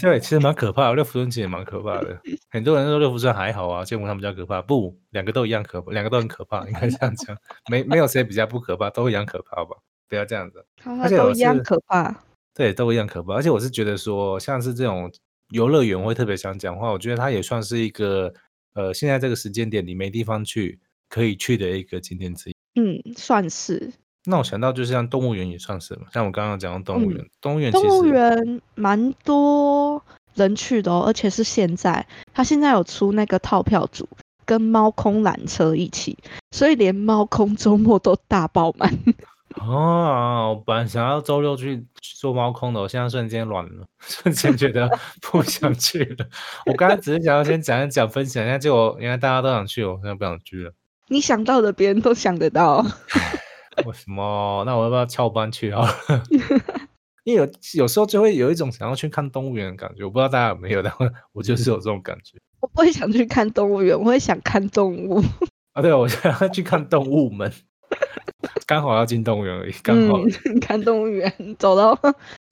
Speaker 2: 对，其实蛮可怕的，六福村其实也蛮可怕 的。很多人说六福村还好啊，建国他们比较可怕，不，两个都一样可，两个都很可怕，应该这样讲，没没有谁比较不可怕，都一样可怕吧？不要这样子。啊
Speaker 1: 好
Speaker 2: 而
Speaker 1: 啦，
Speaker 2: 且
Speaker 1: 都
Speaker 2: 我
Speaker 1: 一样
Speaker 2: 是
Speaker 1: 可怕。
Speaker 2: 对，都一样可怕。而且我是觉得说，像是这种游乐园，我会特别想讲话。我觉得它也算是一个，呃，现在这个时间点你没地方去，可以去的一个景点之一。
Speaker 1: 嗯，算是
Speaker 2: 那我想到就是像动物园也算是嘛，像我刚刚讲到动物
Speaker 1: 嗯
Speaker 2: 园，动物园其
Speaker 1: 动物
Speaker 2: 实
Speaker 1: 园蛮多人去的哦，而且是现在，它现在有出那个套票组跟猫空缆车一起，所以连猫空周末都大爆满。
Speaker 2: 哦，我本来想要周六去去做猫空的，我现在瞬间软了， 瞬间觉 得不想去了。我刚才只是想要先讲一讲，分享一下，结果原来大家都想去，我现在不想去了。
Speaker 1: 你想到的，别人都想得到。
Speaker 2: 为什么？那我要不要翘班去 啊？因为有有时候就会有一种想要去看动物园的感觉，我不知道大家有没有，但我就是有这种感觉
Speaker 1: 我不会想去看动物园，我会想看动物。
Speaker 2: 啊。对，我想要去看动物们， 刚好要进动物园而已，刚好。
Speaker 1: 嗯、 看动物园，走到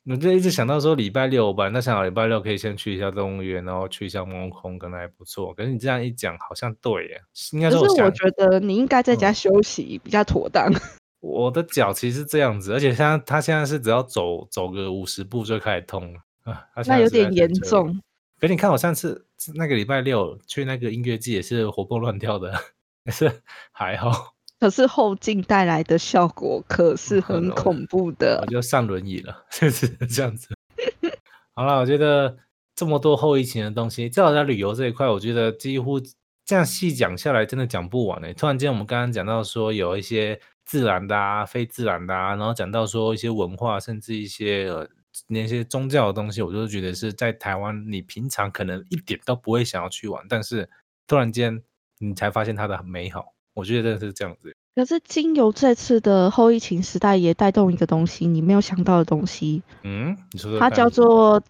Speaker 2: 我就一直想到说礼拜六吧，那想好礼拜六可以先去一下动物园，然后去一下猫空，可能还不错。可是你这样一讲，好像对耶，应该
Speaker 1: 可
Speaker 2: 说
Speaker 1: 是
Speaker 2: 我
Speaker 1: 我
Speaker 2: 想
Speaker 1: 觉得你应该在家
Speaker 2: 嗯
Speaker 1: 休息比较妥当。
Speaker 2: 我的脚其实是这样子，而且现在它现在是只要走走个五十步就开始痛了啊，它现
Speaker 1: 那
Speaker 2: 在
Speaker 1: 有
Speaker 2: 实在
Speaker 1: 点
Speaker 2: 是
Speaker 1: 严
Speaker 2: 很脆弱
Speaker 1: 重。
Speaker 2: 可你看，我上次 那个礼拜六去那个音乐季也是活蹦乱跳的，也是还好。
Speaker 1: 可是后劲带来的效果可是
Speaker 2: 可
Speaker 1: 很
Speaker 2: 能
Speaker 1: 恐怖
Speaker 2: 我
Speaker 1: 的。
Speaker 2: 就上轮椅了， 就是这样子。 好了，我觉得这么多后疫情的东西，至少在旅游这一块，我觉得几乎这样细讲下来，真的讲不完呢、欸突然间，我们刚刚讲到说有一些自然的啊、非自然的啊，然后讲到说一些文化，甚至一些呃那些宗教的东西，我就觉得是在台湾，你平常可能一点都不会想要去玩，但是突然间你才发现它的美好。我觉得是这样子，
Speaker 1: 可是经由这次的后疫情时代，也带动一个东西，你没有想到的东西，
Speaker 2: 嗯，你说说
Speaker 1: 它
Speaker 2: 看
Speaker 1: 叫做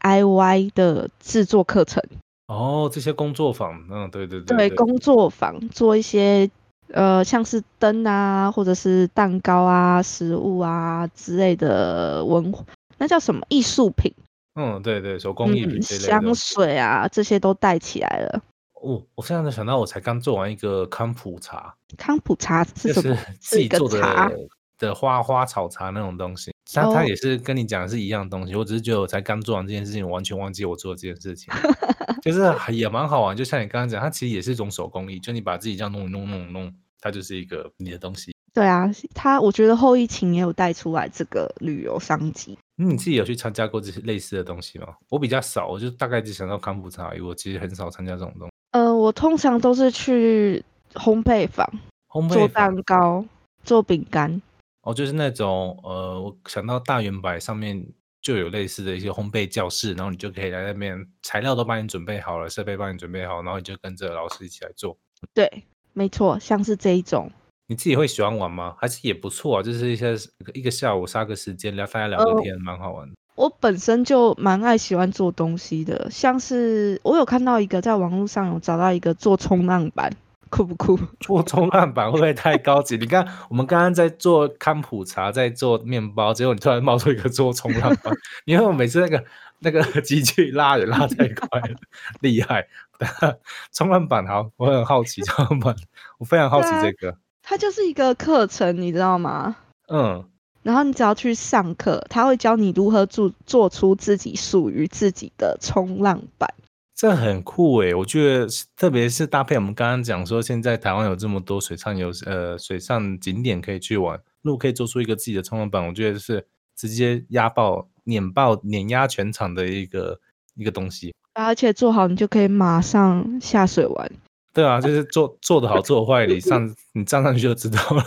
Speaker 1: DIY 的制作课程，
Speaker 2: 哦，这些工作坊，嗯，对对
Speaker 1: 对
Speaker 2: 对，
Speaker 1: 工作坊做一些呃像是灯啊，或者是蛋糕啊、食物啊之类的文，那叫什么艺术品？
Speaker 2: 嗯，对对，手工艺品
Speaker 1: 嗯，
Speaker 2: 这类的
Speaker 1: 香。水啊这些都带起来了。
Speaker 2: 哦，我现在才想到，我才刚做完一个康普茶，
Speaker 1: 康普茶
Speaker 2: 就是
Speaker 1: 什
Speaker 2: 是
Speaker 1: 么？
Speaker 2: 自
Speaker 1: 一
Speaker 2: 己
Speaker 1: 个
Speaker 2: 做
Speaker 1: 茶
Speaker 2: 的的花花草茶那种东西。它它
Speaker 1: 哦
Speaker 2: 也是跟你讲的是一样的东西，我只是觉得我才刚做完这件事情，我完全忘记我做这件 事情，就是还也蛮好玩。就像你刚刚讲，它其实也是一种手工艺，就你把自己这样弄一弄弄一弄，它就是一个你的东西。
Speaker 1: 对啊，它我觉得后疫情也有带出来这个旅游商机。
Speaker 2: 嗯你自己有去参加过这些类似的东西吗？我比较少，我就大概只想到康普茶而已，我其实很少参加这种东西。
Speaker 1: 呃，我通常都是去烘焙坊
Speaker 2: 烘
Speaker 1: 做
Speaker 2: 焙坊
Speaker 1: 蛋糕、做饼干。
Speaker 2: 哦，就是那种呃，我想到大圆柏上面就有类似的一些烘焙教室，然后你就可以来那边，材料都帮你准备好了，设备帮你准备好，然后你就跟着老师一起来做。
Speaker 1: 对，没错，像是这一种。
Speaker 2: 你自己会喜欢玩吗？还是也不错啊，就是一些一个下午杀个时间聊，大家聊
Speaker 1: 呃
Speaker 2: 个天，蛮好玩的。
Speaker 1: 我本身就蛮爱喜欢做东西的，像是我有看到一个在网络上有找到一个做冲浪板， 酷不酷？
Speaker 2: 做冲浪板会不会太高级？你看，我们刚刚在做康普茶，在做面包，结果你突然冒出一个做冲浪板，因为我每次那个 那个机器拉也拉太快了，厉害！冲浪板好，我很好奇冲浪板，我非常好奇
Speaker 1: 对
Speaker 2: 这
Speaker 1: 啊
Speaker 2: 个。
Speaker 1: 它就是一个课程，你知道吗？
Speaker 2: 嗯，
Speaker 1: 然后你只要去上课，他会教你如何做做出自己属于自己的冲浪板。
Speaker 2: 这很酷诶，我觉得是特别是搭配我们刚刚讲说，现在台湾有这么多水上游呃水上景点可以去玩，如果可以做出一个自己的冲浪板，我觉得是直接压爆、碾爆、碾压全场的一个一个东西。
Speaker 1: 而且做好你就可以马上下水玩。
Speaker 2: 对啊，就是做做的好做得坏，你上你站上去就知道了。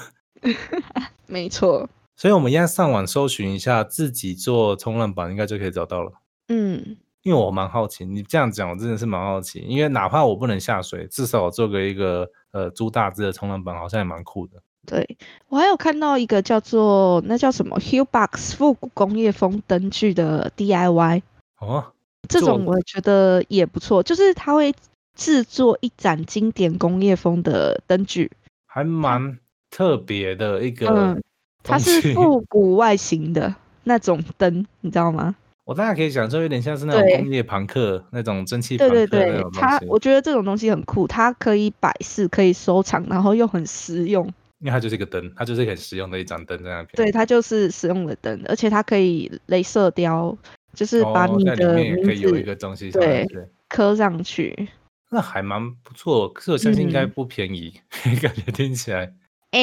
Speaker 1: 没错，
Speaker 2: 所以我们一样上网搜寻一下，自己做冲浪板应该就可以找到了。
Speaker 1: 嗯，
Speaker 2: 因为我蛮好奇，你这样讲我真的是蛮好奇，因为哪怕我不能下水，至少我做个一个呃猪大只的冲浪板，好像也蛮酷的。
Speaker 1: 对我还有看到一个叫做那叫什么 Hillbox 复古工业风灯具的 DIY，
Speaker 2: 哦，
Speaker 1: 这
Speaker 2: 做
Speaker 1: 种我觉得也不错，就是它会制作一盏经典工业风的灯具，
Speaker 2: 还蛮特别的一个东西
Speaker 1: 嗯。它是复古外形的那种灯，你知道吗？
Speaker 2: 我大概可以想说，有点像是那种
Speaker 1: 对
Speaker 2: 工业朋克那种蒸汽朋
Speaker 1: 对
Speaker 2: 克
Speaker 1: 对
Speaker 2: 那
Speaker 1: 对
Speaker 2: 种，东
Speaker 1: 它
Speaker 2: 西，
Speaker 1: 我觉得这种东西很酷，它可以摆饰，可以收藏，然后又很实用。
Speaker 2: 因为它就是一个灯，它就是一个很实用的一盏灯在那边。
Speaker 1: 对，它就是实用的灯，而且它可以镭射雕，就是把
Speaker 2: 哦
Speaker 1: 你
Speaker 2: 在
Speaker 1: 的
Speaker 2: 里面也可
Speaker 1: 名
Speaker 2: 以有一
Speaker 1: 字
Speaker 2: 个东西上面去，
Speaker 1: 刻上去。
Speaker 2: 那还蛮不错。可是我相信应该
Speaker 1: 嗯
Speaker 2: 不便宜， 感觉听起来
Speaker 1: 哎、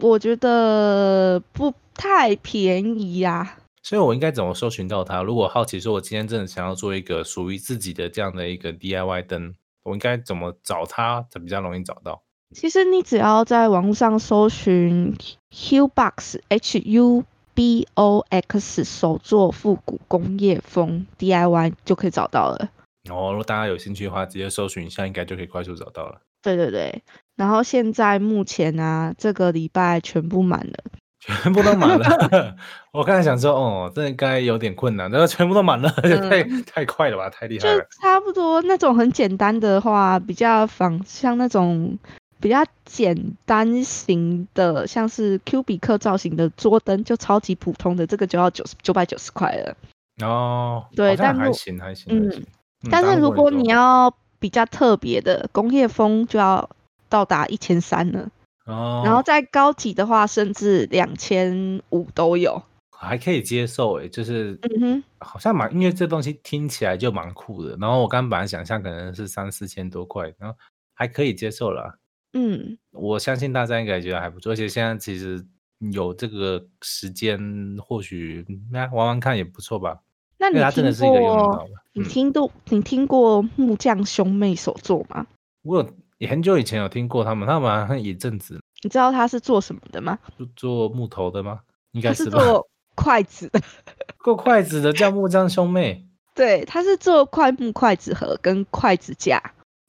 Speaker 1: 我觉得不太便宜啊。
Speaker 2: 所以我应该怎么搜寻到它？如果好奇说，我今天真的想要做一个属于自己的这样的一个 DIY 灯，我应该怎么找它才比较容易找到？
Speaker 1: 其实你只要在网络上搜寻 Hubbox H U B O X 手作复古工业风 DIY 就可以找到了。
Speaker 2: 然后，如果大家有兴趣的话，直接搜寻一下，应该就可以快速找到了。
Speaker 1: 对对对，然后现在目前啊，这个礼拜全部满了。
Speaker 2: 全部都满了， 我刚才想说，哦，这应该有点困难，但是全部都满了，也太 太快了吧，太厉
Speaker 1: 嗯就
Speaker 2: 害了。
Speaker 1: 差不多那种很简单的话，比较仿像那种比较简单型的，像是 Q 比克造型的桌灯，就超级普通的，这个就要九十九百九十块了。
Speaker 2: 哦，
Speaker 1: 对
Speaker 2: 好像
Speaker 1: 但
Speaker 2: 还
Speaker 1: 如
Speaker 2: 行，还行，还
Speaker 1: 嗯
Speaker 2: 行。嗯
Speaker 1: 但
Speaker 2: 刚
Speaker 1: 是
Speaker 2: 刚
Speaker 1: 如
Speaker 2: 我
Speaker 1: 果
Speaker 2: 也
Speaker 1: 你
Speaker 2: 说
Speaker 1: 要比较特别的工业风，就要到达一千三了，
Speaker 2: 哦，
Speaker 1: 然后再高级的话，甚至两千五都有。
Speaker 2: 还可以接受诶，就是
Speaker 1: 嗯哼，
Speaker 2: 好像蛮，因为这东西听起来就蛮酷的。然后我刚本来想象可能是三四千多块，然后还可以接受啦。
Speaker 1: 嗯，
Speaker 2: 我相信大家应该觉得还不错，而且现在其实有这个时间，或许那、玩玩看也不错吧，
Speaker 1: 那
Speaker 2: 因
Speaker 1: 你
Speaker 2: 为它真的
Speaker 1: 听
Speaker 2: 是一个用得
Speaker 1: 过
Speaker 2: 到的。
Speaker 1: 你
Speaker 2: 嗯，
Speaker 1: 听过你听过木匠兄妹手作吗？
Speaker 2: 我有也很久以前有听过他们，他们好像一阵子
Speaker 1: 你知道他是做什么的吗？
Speaker 2: 就做木头的吗？应
Speaker 1: 他
Speaker 2: 该
Speaker 1: 是
Speaker 2: 吧。
Speaker 1: 做筷子的，
Speaker 2: 做筷子的叫木匠兄妹
Speaker 1: 对，他是做快木筷子盒跟筷子架、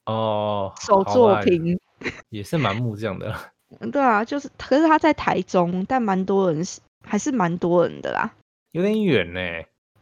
Speaker 2: 哦，
Speaker 1: 手
Speaker 2: 好
Speaker 1: 作
Speaker 2: 啦
Speaker 1: 品
Speaker 2: 也是蛮木匠的 啦。
Speaker 1: 嗯对啊，就是，可是他在台中，但蛮多人是，还是蛮多人的啦。
Speaker 2: 有点远呢、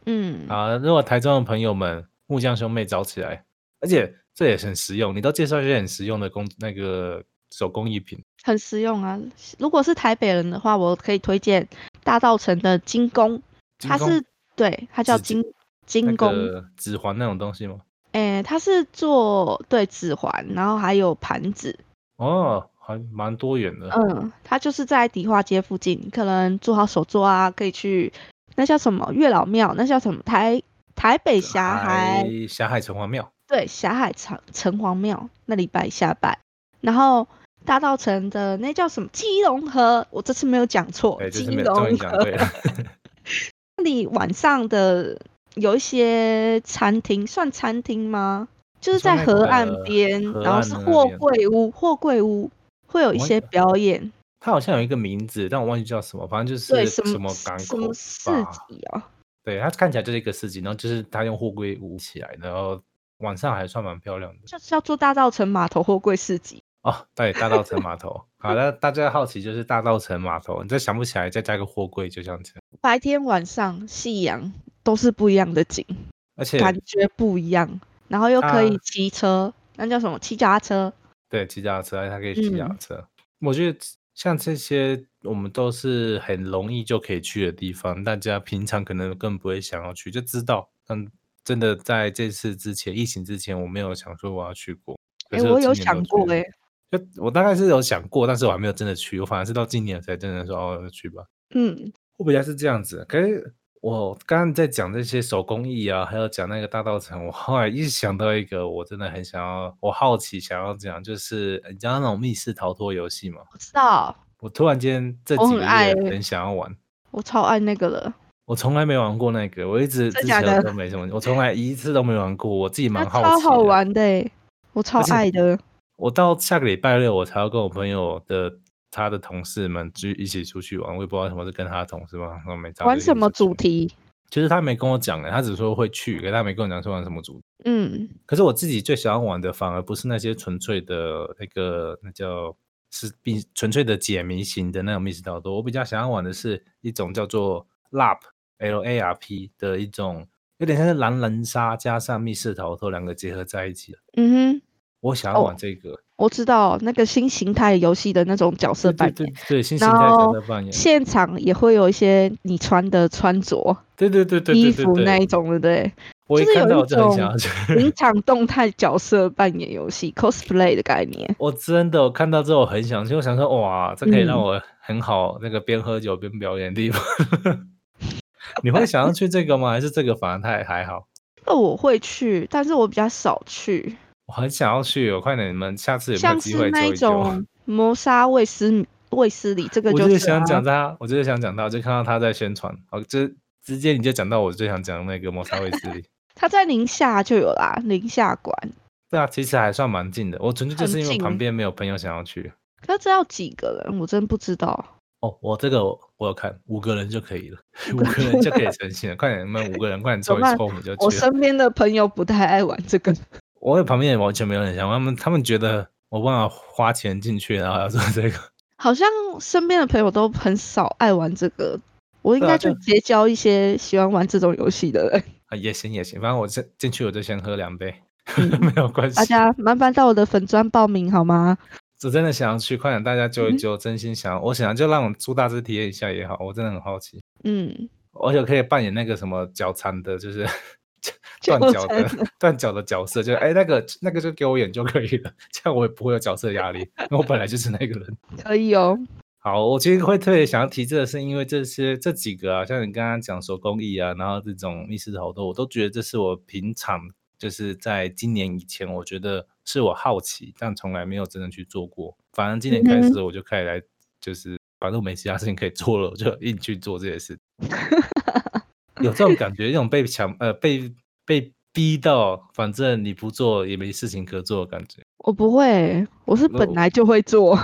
Speaker 1: 嗯，
Speaker 2: 啊，如果台中的朋友们，木匠兄妹找起来，而且这也很实用，你都介绍一些很实用的工那个手工艺品。
Speaker 1: 很实用啊。如果是台北人的话，我可以推荐大道城的精工，
Speaker 2: 精
Speaker 1: 它
Speaker 2: 工
Speaker 1: 是对，它叫
Speaker 2: 指
Speaker 1: 精精工，
Speaker 2: 那个指环那种东西吗？
Speaker 1: 诶、它是做对指环，然后还有盘子，
Speaker 2: 哦，还蛮多元的。
Speaker 1: 嗯，它就是在迪化街附近，你可能做好手作啊，可以去那叫什么月老庙，那叫什么台台北霞海
Speaker 2: 还霞海城隍庙，
Speaker 1: 对，霞海城城隍庙那里拜下拜，然后大道城的那叫什么基隆河，我这次没有讲错
Speaker 2: 对，，就
Speaker 1: 基
Speaker 2: 哎是没有终于
Speaker 1: 隆
Speaker 2: 讲
Speaker 1: 河
Speaker 2: 对了。
Speaker 1: 那里晚上的有一些餐厅，算餐厅吗？就是
Speaker 2: 你说
Speaker 1: 在
Speaker 2: 那
Speaker 1: 河
Speaker 2: 个
Speaker 1: 岸边，
Speaker 2: 河
Speaker 1: 然后
Speaker 2: 岸
Speaker 1: 是
Speaker 2: 的那
Speaker 1: 货
Speaker 2: 边
Speaker 1: 柜屋，货柜屋会有一
Speaker 2: 我
Speaker 1: 些表演，
Speaker 2: 它好像有一个名字，但我忘记叫什么，反正就是
Speaker 1: 对，什
Speaker 2: 什么港
Speaker 1: 什
Speaker 2: 口
Speaker 1: 么市
Speaker 2: 吧。
Speaker 1: 集哦，
Speaker 2: 对，它看起来就是一个市集，然后就是它用货柜捂起来，然后晚上还算蛮漂亮的。
Speaker 1: 就是要做大道城码头货柜市集。
Speaker 2: 哦，对，大道城码头。好的，大家好奇就是大道城码头，你再想不起来再加个货柜就这样子，
Speaker 1: 白天晚上夕阳都是不一样的景。
Speaker 2: 而且
Speaker 1: 感觉不一样，然后又可以
Speaker 2: 啊
Speaker 1: 骑车，那叫什么？骑脚踏车。
Speaker 2: 对骑脚踏车，哎它可以骑脚踏
Speaker 1: 嗯
Speaker 2: 车。我觉得像这些我们都是很容易就可以去的地方，大家平常可能更不会想要去，就知道。但真的在这次之前，疫情之前，我没有想说我要去过。可
Speaker 1: 哎、
Speaker 2: 是
Speaker 1: 我有
Speaker 2: 今年都
Speaker 1: 想
Speaker 2: 去
Speaker 1: 过
Speaker 2: 了
Speaker 1: 哎、
Speaker 2: 就我大概是有想过，但是我还没有真的去，我反而是到今年才真的说哦去吧。
Speaker 1: 嗯，
Speaker 2: 会比较是这样子。啊可是我刚刚在讲这些手工艺啊，还有讲那个大道城，我后来一想到一个，我真的很想要，我好奇想要讲，就是你知道那种密室逃脱游戏吗？
Speaker 1: 我知道，
Speaker 2: 我突然间这
Speaker 1: 我
Speaker 2: 几
Speaker 1: 很
Speaker 2: 个
Speaker 1: 爱欸
Speaker 2: 月很想要玩，
Speaker 1: 我超爱那个了，
Speaker 2: 我从来没玩过那个，我一直
Speaker 1: 真
Speaker 2: 之
Speaker 1: 假的
Speaker 2: 前都没什么，我从来一次都没玩过，我自己
Speaker 1: 那
Speaker 2: 蛮好
Speaker 1: 超
Speaker 2: 奇
Speaker 1: 好
Speaker 2: 的。
Speaker 1: 玩的、欸，我超
Speaker 2: 而且
Speaker 1: 爱的。
Speaker 2: 我到下个礼拜六我才要跟我朋友的他的同事们去一起出去玩，我也不知道为什么是跟他的同事嘛，我没找
Speaker 1: 玩什么主
Speaker 2: 题？
Speaker 1: 题？
Speaker 2: 其实他没跟我讲欸的，他只说会去，可他没跟我讲是玩什么主题。
Speaker 1: 嗯，
Speaker 2: 可是我自己最想要玩的，反而不是那些纯粹的那个那叫是并纯粹的解谜型的那种密室逃脱。我比较想要玩的是一种叫做 LARP L A R P 的一种，有点像是狼人杀加上密室逃脱两个结合在一起的。
Speaker 1: 嗯哼，
Speaker 2: 我想要
Speaker 1: 哦
Speaker 2: 玩这个，
Speaker 1: 我知道那个新形态游戏的那种角色
Speaker 2: 对
Speaker 1: 扮
Speaker 2: 对
Speaker 1: 演，
Speaker 2: 对对，新形
Speaker 1: 然
Speaker 2: 态角
Speaker 1: 后
Speaker 2: 色扮演，
Speaker 1: 现场也会有一些你穿的穿着、
Speaker 2: 对对对对
Speaker 1: 衣
Speaker 2: 对对
Speaker 1: 服那一
Speaker 2: 对，
Speaker 1: 种，对不 对？
Speaker 2: 我一
Speaker 1: 就是有
Speaker 2: 看到
Speaker 1: 一
Speaker 2: 我就很
Speaker 1: 种
Speaker 2: 想要去。
Speaker 1: 临场动态角色扮演游戏 cosplay 的概念。
Speaker 2: 我真的我看到之后很想去，我想说哇，这可以让
Speaker 1: 嗯
Speaker 2: 我很好那个边喝酒边表演的地方。 你会想要去这个吗？还是这个反而太还好？
Speaker 1: 那我会去，但是我比较少去。
Speaker 2: 我很想要去哦，快点，你们下次有没有
Speaker 1: 像
Speaker 2: 机
Speaker 1: 是
Speaker 2: 会
Speaker 1: 那
Speaker 2: 揪
Speaker 1: 一
Speaker 2: 一揪？
Speaker 1: 种谋杀卫斯米卫斯理，这个
Speaker 2: 我
Speaker 1: 就
Speaker 2: 就是
Speaker 1: 是
Speaker 2: 想讲
Speaker 1: 啊
Speaker 2: 他，我就是想讲他，我就看到他在宣传，哦，直直接你就讲到我最想讲那个摩萨卫斯理。
Speaker 1: 他在宁夏就有啦，宁夏馆，
Speaker 2: 对啊，其实还算蛮近的，我纯粹就
Speaker 1: 很
Speaker 2: 是因为
Speaker 1: 近
Speaker 2: 旁边没有朋友想要去。
Speaker 1: 可是这要几个人，我真不知道。
Speaker 2: 哦，我这个我我有看，五个人就可以了， 五个人就可以成型了。快点，你们五个人快点
Speaker 1: 怎么
Speaker 2: 凑一
Speaker 1: 办
Speaker 2: 凑，我们就去了。
Speaker 1: 我身边的朋友不太爱玩这个，
Speaker 2: 我也旁边也完全没有人想，他们他们觉得我办法花钱进去，然后要做这个。
Speaker 1: 好像身边的朋友都很少爱玩这个。我应
Speaker 2: 对啊
Speaker 1: 该去
Speaker 2: 就
Speaker 1: 结交一些喜欢玩这种游戏的 人。
Speaker 2: 啊，也行也行，反正我先进去我就先喝两杯，
Speaker 1: 嗯
Speaker 2: 没有关
Speaker 1: 大
Speaker 2: 系。
Speaker 1: 家麻烦到我的粉砖报名好吗？
Speaker 2: 我真的想要去，快点大家揪
Speaker 1: 嗯
Speaker 2: 一
Speaker 1: 哼
Speaker 2: 揪，真心想要，我想要就让我朱大师体验一下也好，我真的很好奇，
Speaker 1: 嗯，
Speaker 2: 而且可以扮演那个什么脚残的，就是
Speaker 1: 就
Speaker 2: 断脚
Speaker 1: 真
Speaker 2: 的断脚的角色，就哎、那个那个就给我演就可以了，这样我也不会有角色压力，因为我本来就是那个人。
Speaker 1: 可以哦。
Speaker 2: 好，我其实会特别想要提这个，是因为这些这几个啊，像你刚刚讲手工艺啊，然后这种密室逃脱，我都觉得这是我平常就是在今年以前，我觉得是我好奇，但从来没有真的去做过。反正今年开
Speaker 1: 嗯
Speaker 2: 始，我就开始来，就是反正我没其他事情可以做了，我就硬去做这些事。有这种感觉，一种被强呃被被逼到，反正你不做也没事情可做的感觉。
Speaker 1: 我不会，我是
Speaker 2: 那
Speaker 1: 本
Speaker 2: 我
Speaker 1: 来就会 做。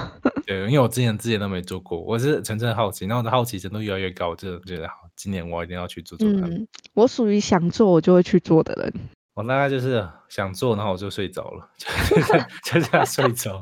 Speaker 2: 对，因为我之前之前都没做过，我是纯粹好奇，然后我的好奇程度越来越高，我就觉得好，今年我一定要去做做看。
Speaker 1: 嗯，我属于想做我就会去做的人。
Speaker 2: 我大概就是想做，然后我就睡着了，就这样就 这样睡着。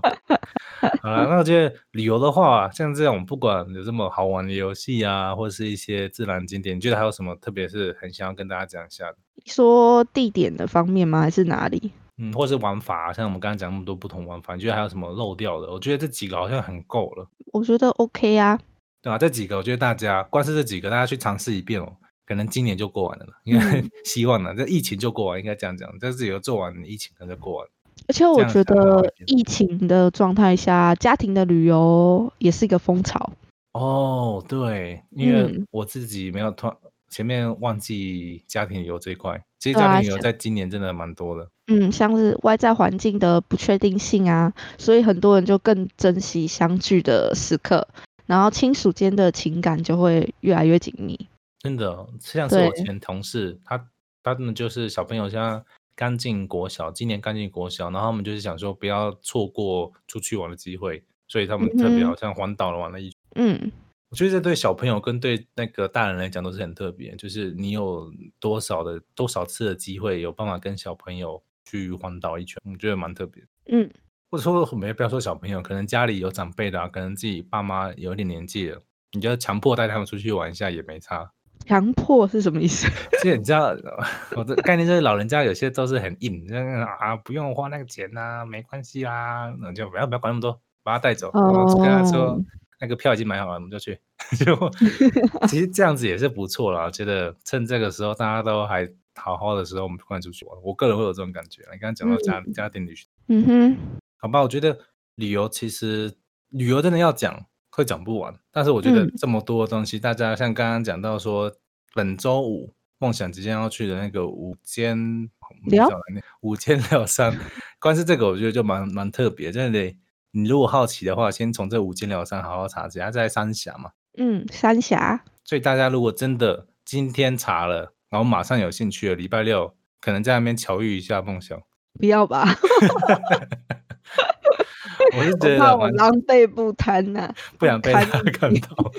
Speaker 2: 好了，那我觉得旅游的话，像这种不管有这么好玩的游戏啊，或是一些自然景点，你觉得还有什么特别是很想要跟大家讲一下的？
Speaker 1: 说地点的方面吗？还是哪里？
Speaker 2: 嗯，或是玩法啊，像我们刚刚讲那么多不同玩法，你觉得还有什么漏掉的？我觉得这几个好像很够了，
Speaker 1: 我觉得 OK 啊。
Speaker 2: 对吧、这几个我觉得大家光是这几个，大家去尝试一遍哦，可能今年就过完了啦，因
Speaker 1: 嗯
Speaker 2: 为 希望呢，这疫情就过完，应该这样讲，这几个做完，疫情可能就过完了。
Speaker 1: 而且我
Speaker 2: 样
Speaker 1: 觉
Speaker 2: 才能好
Speaker 1: 得
Speaker 2: 一点
Speaker 1: 疫情的状态下，家庭的旅游也是一个风潮。
Speaker 2: 哦，对，因为
Speaker 1: 嗯
Speaker 2: 我自己没有突然前面忘记家庭旅游这一块，其实
Speaker 1: 对
Speaker 2: 家
Speaker 1: 啊
Speaker 2: 庭旅游
Speaker 1: 像
Speaker 2: 在今年真的蛮多的。
Speaker 1: 嗯，像是外在环境的不确定性啊，所以很多人就更珍惜相聚的时刻，然后亲属间的情感就会越来越紧密。
Speaker 2: 真的，哦像是我
Speaker 1: 对
Speaker 2: 前同事，他他们就是小朋友，现在刚进国小，今年刚进国小，然后他们就是想说不要错过出去玩的机会，所以他们特别
Speaker 1: 嗯哼
Speaker 2: 好像环岛了玩了一圈。
Speaker 1: 嗯，
Speaker 2: 我觉得这对小朋友跟对那个大人来讲都是很特别，就是你有多少的多少次的机会，有办法跟小朋友去环岛一圈，我觉得蛮特别的。
Speaker 1: 嗯，
Speaker 2: 或者说没不要说小朋友，可能家里有长辈的、啊，可能自己爸妈有一点年纪了，你就强迫带他们出去玩一下也没差。
Speaker 1: 强迫是什么意思？
Speaker 2: 这个你知道，我的概念就是老人家有些都是很硬，就是啊不用花那个钱呐、没关系啦，那就不要不要管那么多，把他带走。我跟他说
Speaker 1: 哦
Speaker 2: 那个票已经买好了，我们就去。 就其实这样子也是不错啦，我觉得趁这个时候大家都还好好的时候，我们快出去玩。我个人会有这种感觉。你刚刚讲到家、家庭旅行，
Speaker 1: 嗯哼，
Speaker 2: 好吧，我觉得旅游其实旅游真的要讲会讲不完，但是我觉得
Speaker 1: 嗯
Speaker 2: 这么多的东西，大家像刚刚讲到说，本周五梦想即将要去的那个五间我们
Speaker 1: 聊
Speaker 2: 找来念五间疗山，光是这个我觉得就蛮蛮特别，真的得。你如果好奇的话，先从这五间疗山好好查一下，它在三峡嘛，
Speaker 1: 嗯，三峡，
Speaker 2: 所以大家如果真的今天查了，然后马上有兴趣了，礼拜六可能在那边巧遇一下梦想，
Speaker 1: 不要吧，
Speaker 2: 我是觉
Speaker 1: 我
Speaker 2: 得
Speaker 1: 怕我
Speaker 2: 蛮
Speaker 1: 狼狈不堪呐、
Speaker 2: 不想被
Speaker 1: 看
Speaker 2: 他
Speaker 1: 你
Speaker 2: 看到。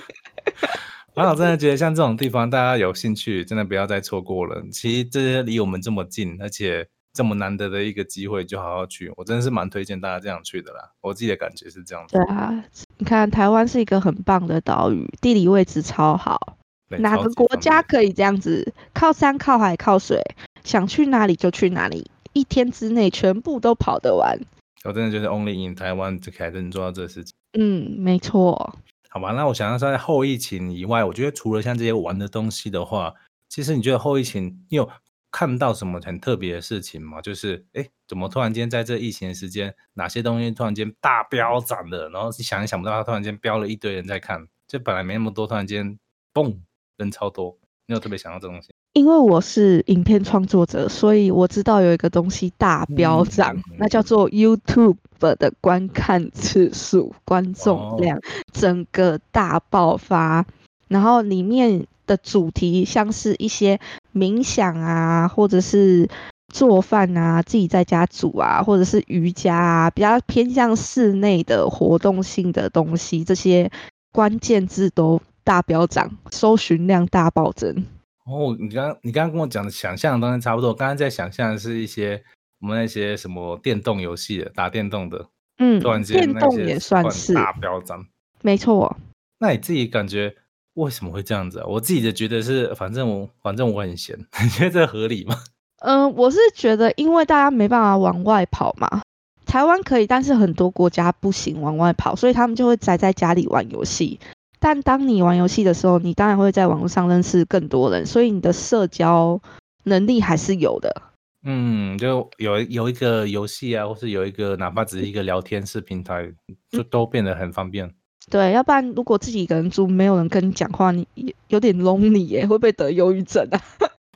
Speaker 2: 然后我真的觉得像这种地方，大家有兴趣，真的不要再错过了。其实这些离我们这么近，而且这么难得的一个机会，就好好去。我真的是蛮推荐大家这样去的啦。我自己的感觉是这样子
Speaker 1: 对，啊，你看台湾是一个很棒的岛屿，地理位置超好，
Speaker 2: 对
Speaker 1: 哪
Speaker 2: 超
Speaker 1: 个
Speaker 2: 级
Speaker 1: 国
Speaker 2: 方
Speaker 1: 家
Speaker 2: 便
Speaker 1: 可以这样子？靠山、靠海、靠水，想去哪里就去哪里，一天之内全部都跑得完。
Speaker 2: 我真的觉得 only in 台湾这才能做到这个事情。
Speaker 1: 嗯，没错。
Speaker 2: 好吧，那我想要在后疫情以外，我觉得除了像这些玩的东西的话，其实你觉得后疫情你有看到什么很特别的事情吗？就是哎，诶怎么突然间在这疫情的时间，哪些东西突然间大飙涨了？然后你想也想不到，它突然间飙了一堆人在看，就本来没那么多，突然间嘣人超多，你有特别想到这东西？
Speaker 1: 因为我是影片创作者，所以我知道有一个东西大飙涨，
Speaker 2: 嗯
Speaker 1: 那叫做 YouTube 的观看次数、观
Speaker 2: 哦
Speaker 1: 众量，整个大爆发。然后里面的主题像是一些冥想啊，或者是做饭啊，自己在家煮啊，或者是瑜伽啊，比较偏向室内的活动性的东西，这些关键字都大飙涨，搜寻量大暴增。
Speaker 2: 哦，你刚刚你刚刚跟我讲的想象的东西差不多，我刚刚在想象的是一些我们那些什么电动游戏的，打电动的，
Speaker 1: 嗯
Speaker 2: 突然，间
Speaker 1: 电
Speaker 2: 那
Speaker 1: 动
Speaker 2: 些
Speaker 1: 也
Speaker 2: 突
Speaker 1: 算
Speaker 2: 然
Speaker 1: 是，
Speaker 2: 大飙涨。
Speaker 1: 没错。
Speaker 2: 那你自己感觉为什么会这样子啊？我自己的觉得是，反正我反正我很闲， 你觉得这合理吗？
Speaker 1: 嗯，我是觉得，因为大家没办法往外跑嘛，台湾可以，但是很多国家不行往外跑，所以他们就会宅在家里玩游戏。但当你玩游戏的时候，你当然会在网络上认识更多人，所以你的社交能力还是有的。
Speaker 2: 嗯，就有一有一个游戏啊，或是有一个哪怕只是一个聊天室平台，就都变得很方便。
Speaker 1: 对，要不然如果自己一个人住，没有人跟你讲话，你也有点 lonely 耶，会不会得忧郁症啊？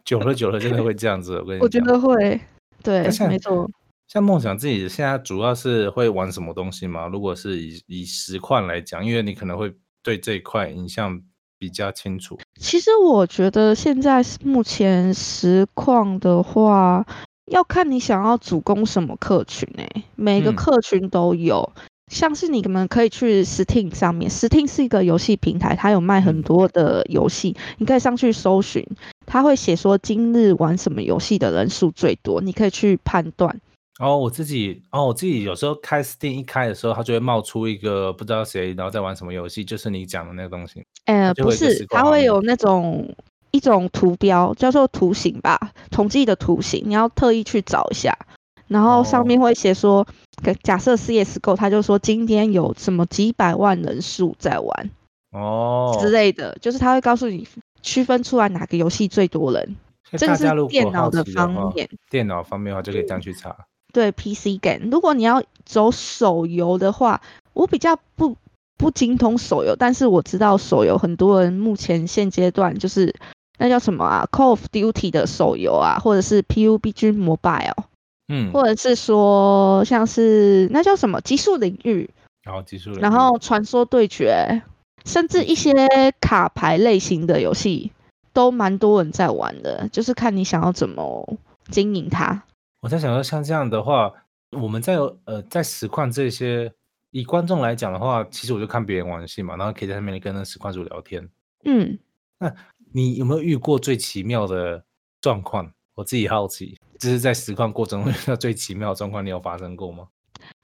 Speaker 2: 久了久了，真的会这样子。我跟你讲，
Speaker 1: 我觉得会，对
Speaker 2: 那，像
Speaker 1: 没错。
Speaker 2: 像梦想自己现在主要是会玩什么东西吗？如果是以以实况来讲，因为你可能会对这一块影像比较清楚。
Speaker 1: 其实我觉得现在是目前实况的话，要看你想要主攻什么客群诶、每个
Speaker 2: 嗯
Speaker 1: 客群都有。像是你们可以去 Steam 上面，Steam 是一个游戏平台，它有卖很
Speaker 2: 嗯
Speaker 1: 多的游戏，你可以上去搜寻，它会写说今日玩什么游戏的人数最多，你可以去判断。
Speaker 2: 然后我自己，哦，我自己有时候开 Steam 一开的时候，它就会冒出一个不知道谁，然后在玩什么游戏，就是你讲的那个东西。
Speaker 1: 呃，
Speaker 2: 就
Speaker 1: 不
Speaker 2: 会有一个
Speaker 1: 是
Speaker 2: 实，况
Speaker 1: 它
Speaker 2: 画
Speaker 1: 会
Speaker 2: 面
Speaker 1: 有那种一种图标叫做图形吧，统计的图形，你要特意去找一下。然后
Speaker 2: 哦
Speaker 1: 上面会写说，可假设 CSGO，它就说今天有什么几百万人数在玩
Speaker 2: 哦，
Speaker 1: 之类的，就是它会告诉你区分出来哪个游戏最多人，
Speaker 2: 所以
Speaker 1: 这
Speaker 2: 大
Speaker 1: 个
Speaker 2: 家如
Speaker 1: 是电
Speaker 2: 果
Speaker 1: 脑
Speaker 2: 好
Speaker 1: 的
Speaker 2: 奇的
Speaker 1: 方
Speaker 2: 话，
Speaker 1: 面。
Speaker 2: 电脑方面的话就可以这样去查。
Speaker 1: 对 PC game，如果你要走手游的话，我比较不不精通手游，但是我知道手游很多人目前现阶段就是那叫什么啊，Call of Duty 的手游啊，或者是 PUBG Mobile，
Speaker 2: 嗯，
Speaker 1: 或者是说像是那叫什么极速领域，
Speaker 2: 然后技术人
Speaker 1: 然
Speaker 2: 员
Speaker 1: 后传说对决，甚至一些卡牌类型的游戏都蛮多人在玩的，就是看你想要怎么经营它。
Speaker 2: 我在想说，像这样的话，我们在呃在实况这些，以观众来讲的话，其实我就看别人玩游戏嘛，然后可以在上面跟那个实况主聊天。
Speaker 1: 嗯，
Speaker 2: 你有没有遇过最奇妙的状况？我自己好奇，就是在实况过程中遇到最奇妙的状况，你有发生过吗？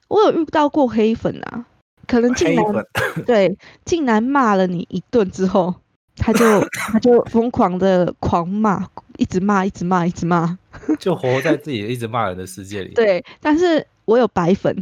Speaker 1: 我有遇到过黑粉啊，可能进
Speaker 2: 黑
Speaker 1: 来
Speaker 2: 粉
Speaker 1: 对进来骂了你一顿之后，他 就他就疯狂的狂骂，一直骂，一直骂，一直骂。
Speaker 2: 就活在自己一直骂人的世界里。
Speaker 1: 对，但是我有白粉，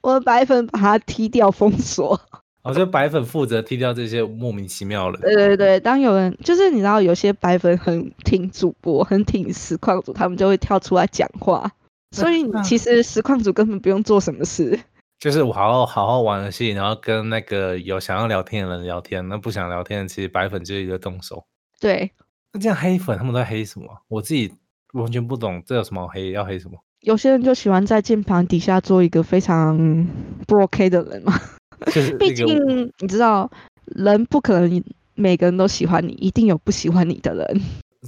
Speaker 1: 我的白粉把他踢掉封锁。
Speaker 2: 哦，就白粉负责踢掉这些莫名其妙的人。
Speaker 1: 对对对，当有人就是你知道有些白粉很挺主播，很挺实况组，他们就会跳出来讲话。所以你
Speaker 2: 那
Speaker 1: 其实实况组根本不用做什么事。
Speaker 2: 就是我好好好好玩游戏，然后跟那个有想要聊天的人聊天，那不想聊天的，其实白粉就是一个动手。
Speaker 1: 对，
Speaker 2: 那这样黑粉他们都在黑什么啊？我自己完全不懂，这有什么好黑？要黑什么？
Speaker 1: 有些人就喜欢在键盘底下做一个非常不 OK 的人嘛。
Speaker 2: 就是
Speaker 1: 毕
Speaker 2: 那个
Speaker 1: 竟你知道，人不可能每个人都喜欢你，一定有不喜欢你的人。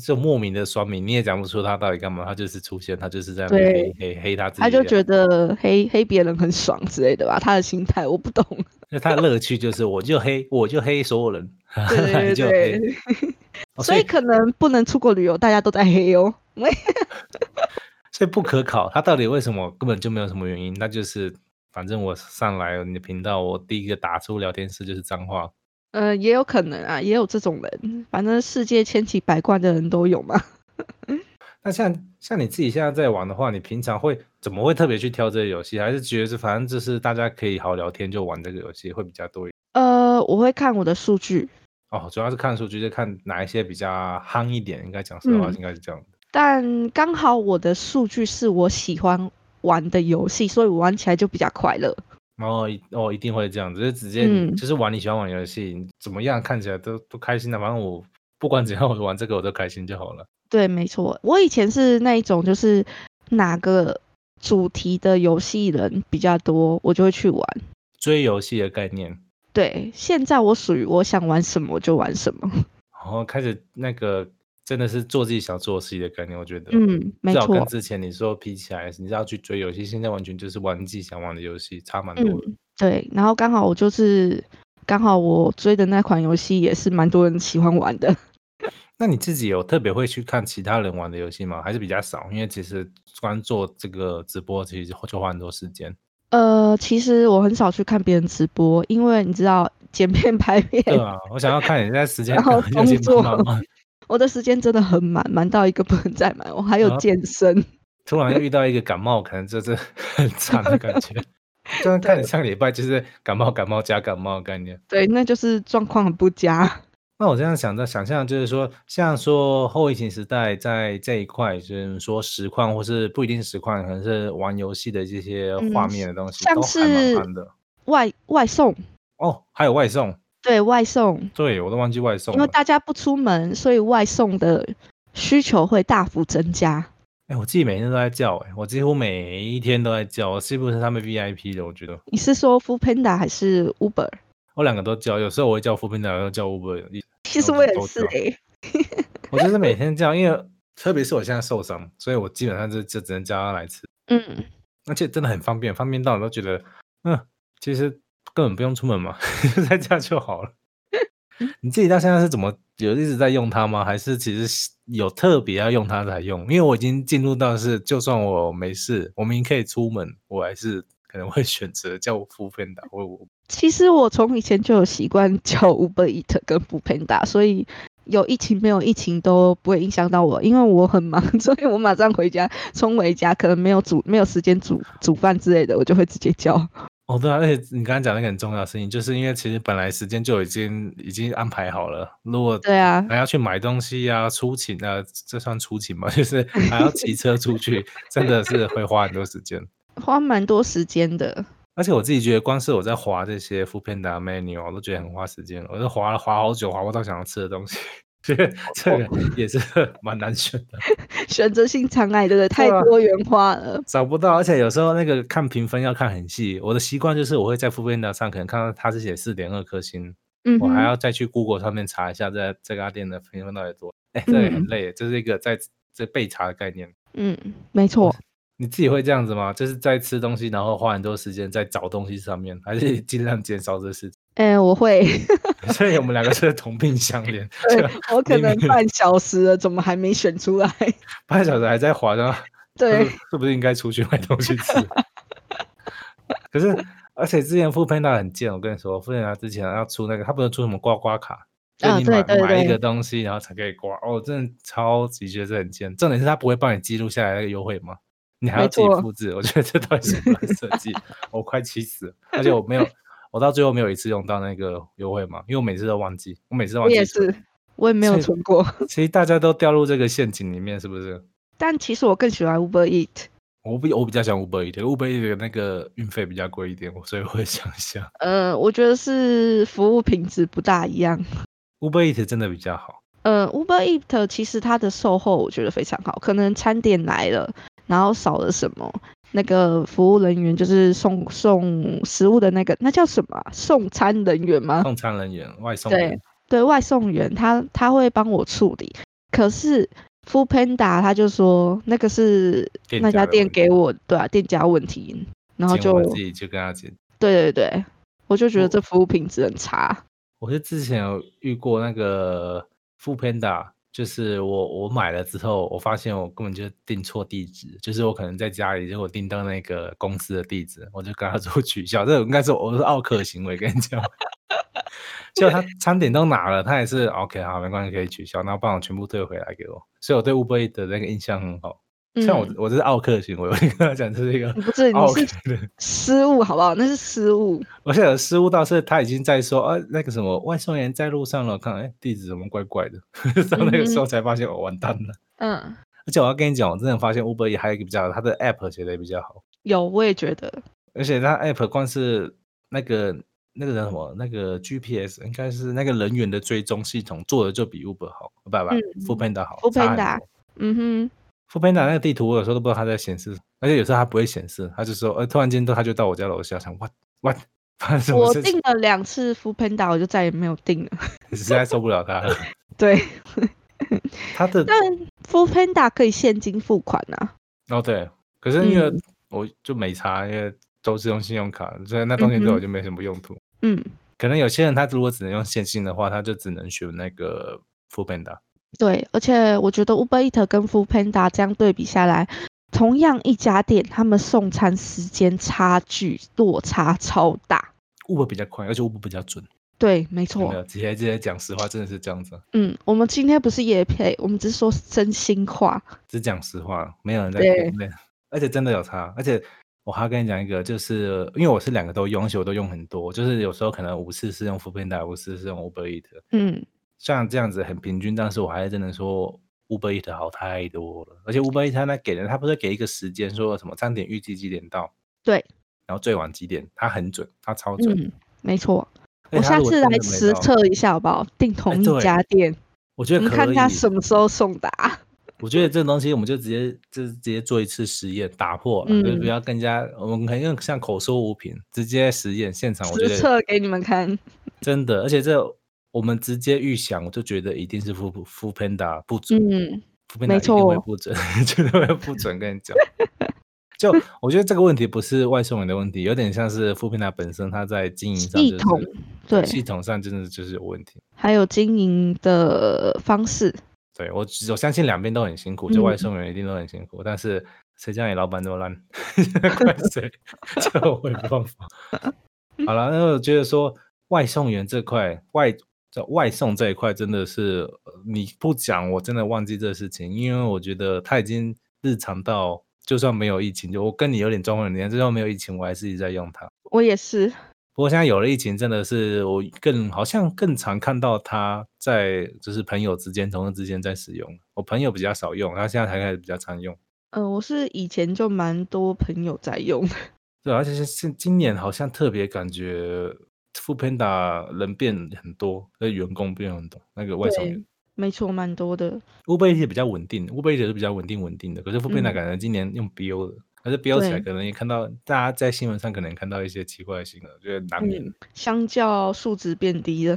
Speaker 2: 就莫名的酸民，你也讲不出他到底干嘛，他就是出现，他就是在那边
Speaker 1: 对
Speaker 2: 黑黑黑他自己
Speaker 1: 他
Speaker 2: 的，
Speaker 1: 就觉得黑黑别人很爽之类的吧，他的心态我 不懂。
Speaker 2: 那他的乐趣就是我就黑我就黑所有人，
Speaker 1: 对对
Speaker 2: 就
Speaker 1: 对
Speaker 2: 黑，
Speaker 1: 对，
Speaker 2: 哦
Speaker 1: 所
Speaker 2: 所
Speaker 1: 以
Speaker 2: 以
Speaker 1: 可能不能出国旅游，大家都在黑哦。喂，
Speaker 2: 所以不可考，他到底为什么根本就没有什么原因，那就是反正我上来你的频道，我第一个打出聊天室就是脏话，
Speaker 1: 呃，也有可能啊，也有这种人，反正世界千奇百怪的人都有嘛。
Speaker 2: 那像像你自己现在在玩的话，你平常会怎么会特别去挑这个游戏？还是觉得是反正就是大家可以好聊天就玩这个游戏会比较多一点？
Speaker 1: 呃，我会看我的数据，
Speaker 2: 哦，主要是看数据，就看哪一些比较夯一点。应该讲实话，
Speaker 1: 嗯
Speaker 2: 应该是这样的。
Speaker 1: 但刚好我的数据是我喜欢玩的游戏，所以我玩起来就比较快乐。
Speaker 2: 然后一哦，一定会这样子，就直接你
Speaker 1: 嗯
Speaker 2: 就是玩你喜欢玩的游戏，你怎么样看起来都都开心的。反正我不管怎样，我玩这个我都开心就好了。
Speaker 1: 对，没错，我以前是那一种，就是哪个主题的游戏人比较多，我就会去玩。
Speaker 2: 追游戏的概念，
Speaker 1: 对，现在我属于我想玩什么就玩什么。
Speaker 2: 然后开始那个真的是做自己想做的事情的概念，我觉得，
Speaker 1: 嗯，没
Speaker 2: 至少跟
Speaker 1: 错，
Speaker 2: 之前你说比起来，你是要去追游戏，现在完全就是玩自己想玩的游戏，差蛮多的。
Speaker 1: 嗯，对。然后刚好我就是刚好我追的那款游戏也是蛮多人喜欢玩的。
Speaker 2: 那你自己有特别会去看其他人玩的游戏吗？还是比较少？因为其实光做这个直播，其实就花很多时间。
Speaker 1: 呃，其实我很少去看别人直播，因为你知道剪片拍片，
Speaker 2: 对啊，我想要看你在时间
Speaker 1: 然后
Speaker 2: 有些
Speaker 1: 工作
Speaker 2: 忙忙
Speaker 1: 我的时间真的很满，满到一个不能再满。我还有
Speaker 2: 啊
Speaker 1: 健身。
Speaker 2: 突然遇到一个感冒，可能就是很 惨的感 觉。就像看你上个礼拜就是感冒、感冒加感冒的概念。
Speaker 1: 对，那就是状况很不佳。
Speaker 2: 那我这样想的想象就是说，像说后疫情时代在这一块，就是说实况或是不一定实况，可能是玩游戏的这些画
Speaker 1: 嗯
Speaker 2: 面的东西，
Speaker 1: 像
Speaker 2: 都还蛮
Speaker 1: 是
Speaker 2: 夯的。
Speaker 1: 外外送，
Speaker 2: 哦，还有外送，
Speaker 1: 对外送，
Speaker 2: 对我都忘记外送
Speaker 1: 因为
Speaker 2: 了。
Speaker 1: 大家不出门，所以外送的需求会大幅增加。
Speaker 2: 哎、我自己每天都在叫、哎，我几乎每一天都在叫，我是不是他们 VIP 的？我觉得
Speaker 1: 你是说 Food Panda 还是 Uber？
Speaker 2: 我两个都叫，有时候我会叫 f o o p a n d a 有时候叫 Uber，
Speaker 1: 其实
Speaker 2: 我
Speaker 1: 我
Speaker 2: 就
Speaker 1: 也
Speaker 2: 哦都
Speaker 1: 是欸
Speaker 2: 叫
Speaker 1: 诶、
Speaker 2: 我就是每天叫，因 为特别是我现在受伤，所以我基本上就就只能叫他来吃，
Speaker 1: 嗯，
Speaker 2: 而且真的很方便，方便到我都觉得，嗯，其实根本不用出门嘛， 就在家就好了。你自己到现在是怎么有一直在用它吗？还是其实是有特别要用它才用？因为我已经进入到是，就算我没事，我明天可以出门，我还是可能会选择叫 f o o p a n d a 或我
Speaker 1: 其实我从以前就有习惯叫 Uber Eat 跟 Food Panda，所以有疫情没有疫情都不会影响到我，因为我很忙， 所以我马上回家冲回家，可能没有煮没有时间煮煮饭之类的，我就会直接叫。
Speaker 2: 哦，对啊，而且你刚刚讲那个很重要的事情，就是因为其实本来时间就已经已经安排好了，如果
Speaker 1: 对啊，
Speaker 2: 还要去买东西啊、出勤啊，这算出勤吗？ 就是还要骑车出去，真的是会花很多时间。
Speaker 1: 花蛮多时间的。
Speaker 2: 而且我自己觉得，光是我在划这些 f o o p a n d a menu，啊我都觉得很花时间了，我就划了划好久，划不到想要吃的东西， 觉
Speaker 1: 哦
Speaker 2: 得这个也是 蛮难选的。
Speaker 1: 选择性障碍，对不对？太
Speaker 2: 啊
Speaker 1: 多元化了。
Speaker 2: 找不到，而且有时候那个看评分要看很细。我的习惯就是我会在 f o o p a n d a 上可能看到它是写四点二颗星，
Speaker 1: 嗯
Speaker 2: 我还
Speaker 1: 哼，
Speaker 2: 要再去 Google 上面查一下这这家店的评分到底多。哎、这也很
Speaker 1: 嗯
Speaker 2: 累，这是一个在这备查的概念。
Speaker 1: 嗯，没错。
Speaker 2: 你自己会这样子吗？就是在吃东西，然后花很多时间在找东西上面，还是尽量减少这事情？
Speaker 1: 哎、我 会，
Speaker 2: 所以我们两个是同病相怜，
Speaker 1: 对
Speaker 2: 就
Speaker 1: 我可
Speaker 2: 明
Speaker 1: 能
Speaker 2: 明
Speaker 1: 半小时了，怎么还没选出来？
Speaker 2: 半小时还在划着，
Speaker 1: 对，
Speaker 2: 是不是应该出去买东西 吃？可是，而且之前富佩娜很贱，我跟你说，富佩娜之前要出那个，他不是出什么刮刮卡，就
Speaker 1: 啊
Speaker 2: 你
Speaker 1: 对
Speaker 2: 买、
Speaker 1: 对
Speaker 2: 买一
Speaker 1: 对
Speaker 2: 个东西，然后才可以刮。哦，真的超级觉得这很贱。重点是他不会帮你记录下来那个优惠吗？你还
Speaker 1: 没
Speaker 2: 要自己
Speaker 1: 错
Speaker 2: 复制，我觉得这到底什么烂设 计？我快气死了！而且我没有，我到最后没有一次用到那个优惠嘛，因为我每次都忘记，我每次都忘
Speaker 1: 我
Speaker 2: 记。
Speaker 1: 也是，，我也没有
Speaker 2: 所以
Speaker 1: 存过。
Speaker 2: 其实大家都掉入这个陷阱里面，是不是？
Speaker 1: 但其实我更喜欢 Uber Eat，
Speaker 2: 我比我比较想 Uber 一点，Uber 一点那个运费比较贵一点，我所以我会想一下
Speaker 1: 呃，我觉得是服务品质不大一样。
Speaker 2: Uber Eat 真的比较好。
Speaker 1: 呃，Uber Eat 其实它的售后我觉得非常好，可能餐点来了，然后少了什么，那个服务人员就是送送食物的那个，那叫什么啊、送餐人员吗？
Speaker 2: 送餐人员、外
Speaker 1: 啊
Speaker 2: 送
Speaker 1: 对
Speaker 2: 员，
Speaker 1: 对外送员他他会帮我处理，可是 Food Panda 他就说那个是
Speaker 2: 店
Speaker 1: 那
Speaker 2: 家
Speaker 1: 家
Speaker 2: 的
Speaker 1: 店
Speaker 2: 问题
Speaker 1: 给我对啊店家问题，然后
Speaker 2: 请
Speaker 1: 就
Speaker 2: 我们自己去跟他解。
Speaker 1: 对对对，我就觉得
Speaker 2: 我
Speaker 1: 这服务品质很差。
Speaker 2: 我是之前有遇过那个 f o o Panda，就是我我买了之后，我发现我根本就订错地址，就是我可能在家里，结果订到那个公司的地址，我就跟他说取消，这种应该是我是奥克行为，跟你讲。 结果他餐点都拿了，他也是 OK 好，没关系可以取消，然后帮我全部退回来给我，所以我对 Uber Eats 的那个印象很好。
Speaker 1: 嗯，
Speaker 2: 像我我这是奥克行为，我就跟他讲这哦是一个
Speaker 1: 不是你
Speaker 2: 奥克
Speaker 1: 是
Speaker 2: 的
Speaker 1: 失误好不好？那是失误。
Speaker 2: 我现在有失误到是他已经在说，啊，那个什么外送员在路上了，我看，哎，地址怎么怪怪的？ 到那个时候才发现我、哦完蛋了。
Speaker 1: 嗯，
Speaker 2: 而且我要跟你讲，我真的发现 Uber 也还有一个比较好，它的 App 写的也比较好，
Speaker 1: 有我也觉得，
Speaker 2: 而且它 App 光是那个那个叫什么那个 GPS，应该是那个人员的追踪系统做的就比 Uber 好，不不不，Foodpanda 好
Speaker 1: 嗯 Foodpanda
Speaker 2: 差很多
Speaker 1: 嗯
Speaker 2: Foodpanda 那个地图，我有时候都不知道它在显示，而且有时候它不会显示，它就说，呃，突然间他就到我家楼下，想 what what 发生什
Speaker 1: 哼，
Speaker 2: 么
Speaker 1: 我
Speaker 2: 事
Speaker 1: 订
Speaker 2: 情，
Speaker 1: 了两次 Food Panda，我就再也没有订了。
Speaker 2: 实在受不了它了。
Speaker 1: 对，
Speaker 2: 它 的
Speaker 1: 但 Food Panda 可以现金付款啊。
Speaker 2: 哦，对，可是因为
Speaker 1: 嗯
Speaker 2: 我就没查，因为都是用信用卡，所以那东西对
Speaker 1: 嗯
Speaker 2: 我
Speaker 1: 哼
Speaker 2: 就没什么用途。
Speaker 1: 嗯，
Speaker 2: 可能有些人他如果只能用现金的话，他就只能选那个 f o o p a n d a
Speaker 1: 对，而且我觉得 Uber Eat 跟 Food Panda 这样对比下来，同样一家店，他们送餐时间差距落差超大。
Speaker 2: Uber 比较快，而且 Uber 比较准。
Speaker 1: 对，没
Speaker 2: 有没
Speaker 1: 错。
Speaker 2: 有？直接直接讲实话，真的是这样子啊，
Speaker 1: 嗯，我们今天不是也配，我们只是说真心话。
Speaker 2: 只讲实话，没有人在
Speaker 1: 对
Speaker 2: 骗人。而且真的有差，而且我还要跟你讲一个，就是因为我是两个都用，而且我都用很多，就是有时候可能五次是用 f o o p a n d a 五次是用 Uber Eat，
Speaker 1: 嗯，
Speaker 2: 像这样子很平均，但是我还是真的说 Uber Eat 好太多了。而且 Uber Eat 它那给人，它不是给一个时间说什么餐点预计几点到，
Speaker 1: 对，
Speaker 2: 然后最晚几点，它很准，它超准。
Speaker 1: 嗯，没错。
Speaker 2: 而且
Speaker 1: 我
Speaker 2: 它
Speaker 1: 下
Speaker 2: 如果
Speaker 1: 次
Speaker 2: 真
Speaker 1: 来
Speaker 2: 的没
Speaker 1: 实
Speaker 2: 到，哎
Speaker 1: 测一下好不好？订同一
Speaker 2: 对
Speaker 1: 家店，
Speaker 2: 我觉
Speaker 1: 我
Speaker 2: 得
Speaker 1: 们
Speaker 2: 可
Speaker 1: 看
Speaker 2: 以。啊
Speaker 1: 他什么时候送达。
Speaker 2: 我觉得这东西我们就直接就是直接做一次实验，打破了，就是
Speaker 1: 嗯
Speaker 2: 不要更加我们可以用像口说无凭，直接实验现场，我觉
Speaker 1: 实
Speaker 2: 得
Speaker 1: 测给你们看。
Speaker 2: 真的，而且这我们直接预想，我就觉得一定是副副 Panda 不准，
Speaker 1: 嗯，
Speaker 2: 副 Panda
Speaker 1: 没
Speaker 2: 一定会
Speaker 1: 错
Speaker 2: 不准， 绝对会不准，跟 你讲。就我觉得这个问题不是外送员的问题，有点像是副 Panda 本身他在经营上
Speaker 1: 系
Speaker 2: 就是
Speaker 1: 统对
Speaker 2: 系统上真的就是有问题。
Speaker 1: 还有经营的方式，
Speaker 2: 对我我相信两边都很辛苦，就外
Speaker 1: 嗯
Speaker 2: 送员一定都很辛苦，但是谁叫你老板这么烂，怪谁？这我也没办法。好了，那我觉得说外送员这块外这外送这一块真的是呃你不讲，我真的忘记这事情，因为我觉得他已经日常到，就算没有疫情，就我跟你有点状况，你看就算没有疫情，我还是一直在用它。
Speaker 1: 我也是。
Speaker 2: 不过现在有了疫情，真的是我更好像更常看到他在就是朋友之间、同事之间在使用。我朋友比较少用，他现在才开始比较常用。
Speaker 1: 嗯、我是以前就蛮多朋友在用的，
Speaker 2: 对，而且是是今年好像特别感觉 f o o Panda 人变很多，那员工变很多，那个外送员
Speaker 1: 对，没错，蛮多的。
Speaker 2: Uber Eats 也比较稳定，Uber Eats 也是比较稳定稳定的。可是 f o o Panda
Speaker 1: 嗯
Speaker 2: 感觉今年用 BO 的，可是 BO 起
Speaker 1: 对
Speaker 2: 来可能也看到大家在新闻上可能看到一些奇怪的新闻，觉得难免。
Speaker 1: 嗯，相较数值变低了。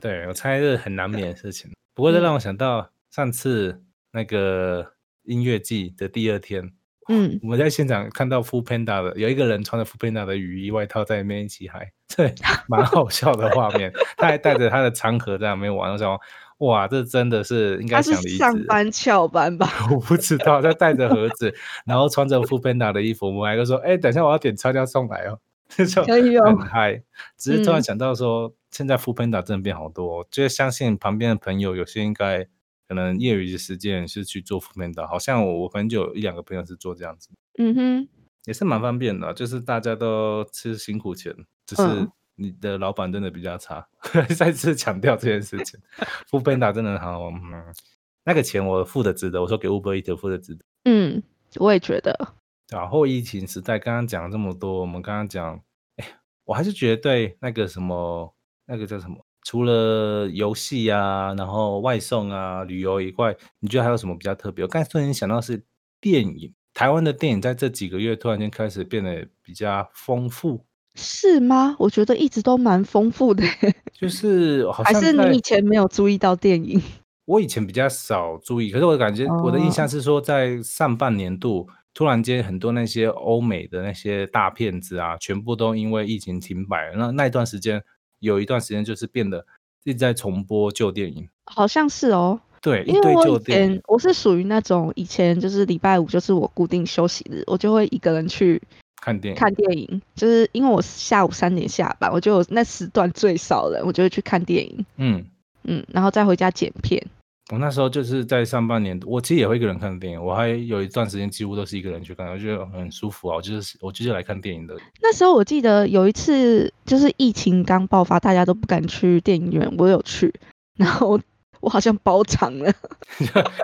Speaker 2: 对，我猜是很难免的事情。不过这
Speaker 1: 嗯
Speaker 2: 让我想到上次那个音乐季的第二天，
Speaker 1: 嗯，
Speaker 2: 我们在现场看到 f o o Panda 的有一个人穿着 f o o Panda 的雨衣外套在那边一起嗨， 这蛮好笑的画面。他还带着他的长河在那边玩，我想说，哇，这真的是应该
Speaker 1: 他是
Speaker 2: 想离职
Speaker 1: 上
Speaker 2: 了。
Speaker 1: 班翘班吧？
Speaker 2: 我不知道，他带着盒子，然后穿着 f o o Panda 的衣服，我们还就说，哎、等一下我要点超要送来哦， 这就
Speaker 1: 可以
Speaker 2: 很
Speaker 1: 哦。
Speaker 2: 嗨。只是突然
Speaker 1: 嗯
Speaker 2: 想到说，现在 f o o Panda 真的变好多、哦，就是相信旁边的朋友有些应该可能业余的时间是去做 f o o Panda，好像我我朋友就有一两个朋友是做这样子，
Speaker 1: 嗯哼，
Speaker 2: 也是蛮方便的啊，就是大家都吃辛苦钱，只是
Speaker 1: 嗯
Speaker 2: 你的老板真的比较差。 再次强调这件事情 f o o Panda 真的很好，嗯，那个钱我付的值得，我说给 Uber Eats 付的值得。
Speaker 1: 嗯，我也觉得，
Speaker 2: 然后疫情时代，刚刚讲了这么多，我们刚刚讲，哎，我还是觉得对那个什么，那个叫什么，除了游戏啊，然后外送啊、旅游以外，你觉得还有什么比较特别？我刚才突然间想到是电影，台湾的电影在这几个月突然间开始变得比较丰富，
Speaker 1: 是吗？我觉得一直都蛮丰富的，欸
Speaker 2: 就是好
Speaker 1: 嗯还
Speaker 2: 像
Speaker 1: 是
Speaker 2: 在
Speaker 1: 你以前没有注意到电影？
Speaker 2: 我以前比较少注意，可是我感觉我的印象
Speaker 1: 哦
Speaker 2: 是说，在上半年度突然间很多那些欧美的那些大片子啊，全部都因为疫情停摆了。那那一段时间有一段时间就是变得一直在重播旧电影，
Speaker 1: 好像是哦，
Speaker 2: 对，一
Speaker 1: 因为
Speaker 2: 堆
Speaker 1: 我
Speaker 2: 旧
Speaker 1: 以
Speaker 2: 电
Speaker 1: 前
Speaker 2: 影，
Speaker 1: 我是属于那种以前就是礼拜五就是我固定休息日，我就会一个人去
Speaker 2: 看电影，
Speaker 1: 看电影，就是因为我下午三点下班，我觉得我那时段最少人，我就会去看电影，
Speaker 2: 嗯。
Speaker 1: 嗯，然后再回家剪片。
Speaker 2: 我那时候就是在上半年，我其实也会一个人看电影，我还有一段时间几乎都是一个人去看，我觉得很舒服啊。我就是我就是来看电影的，
Speaker 1: 那时候我记得有一次就是疫情刚爆发，大家都不敢去电影院，我有去，然后我好像包场了，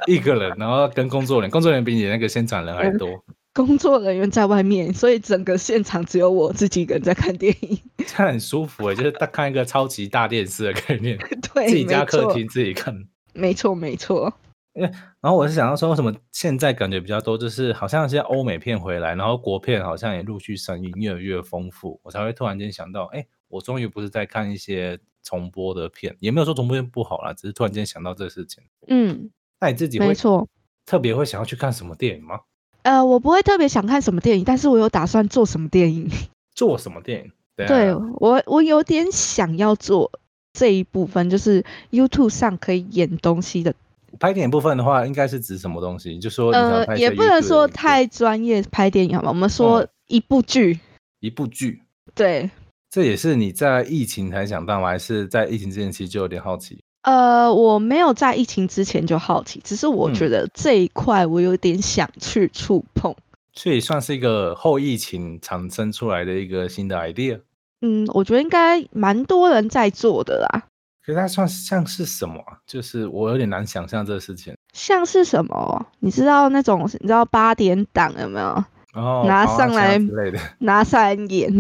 Speaker 2: 一个人，然后跟工作人员，工作人员比你那个现场人还
Speaker 1: 嗯
Speaker 2: 多，
Speaker 1: 工作人员在外面，所以整个现场只有我自己一个人在看电影。
Speaker 2: 这样很舒服哎，就是大看一个超级大电视的概念，
Speaker 1: 对，
Speaker 2: 自己
Speaker 1: 没
Speaker 2: 家客
Speaker 1: 错，
Speaker 2: 厅自己看。
Speaker 1: 没错，没错。
Speaker 2: 然后我是想要说，为什么现在感觉比较多，就是好像现在欧美片回来，然后国片好像也陆续上映，越来越丰富，我才会突然间想到，哎，我终于不是在看一些重播的片，也没有说重播片不好啦，只是突然间想到这个事情。
Speaker 1: 嗯，
Speaker 2: 那你自己
Speaker 1: 没
Speaker 2: 会
Speaker 1: 错。
Speaker 2: 特别会想要去看什么电影吗？
Speaker 1: 呃，我不会特别想看什么电影，但是我有打算做什么电影。
Speaker 2: 做什么电影？啊等一下
Speaker 1: 对我，我有点想要做这一部分，就是 YouTube 上可以演东西的。
Speaker 2: 拍电影部分的话，应该是指什么东西？你就说你想要
Speaker 1: 呃
Speaker 2: 拍，一
Speaker 1: 也
Speaker 2: 些
Speaker 1: 不能
Speaker 2: YouTube 的
Speaker 1: 说
Speaker 2: 影片
Speaker 1: 太专业拍电影好吗？我们说
Speaker 2: 嗯
Speaker 1: 一部剧，
Speaker 2: 一部剧，
Speaker 1: 对。
Speaker 2: 这也是你在疫情才想到吗？还是在疫情之前其实就有点好奇？
Speaker 1: 呃，我没有在疫情之前就好奇，只是我
Speaker 2: 嗯
Speaker 1: 觉得这一块我有点想去触碰。
Speaker 2: 所以算是一个后疫情产生出来的一个新的 idea。
Speaker 1: 嗯，我觉得应该蛮多人在做的啦。
Speaker 2: 可是它算是像是什么啊？就是我有点难想象这个事情。
Speaker 1: 像是什么，你知道那种你知道八点档有没有？
Speaker 2: 然后
Speaker 1: 拿
Speaker 2: 爬爬
Speaker 1: 上
Speaker 2: 山
Speaker 1: 来
Speaker 2: 之类的，
Speaker 1: 拿三演，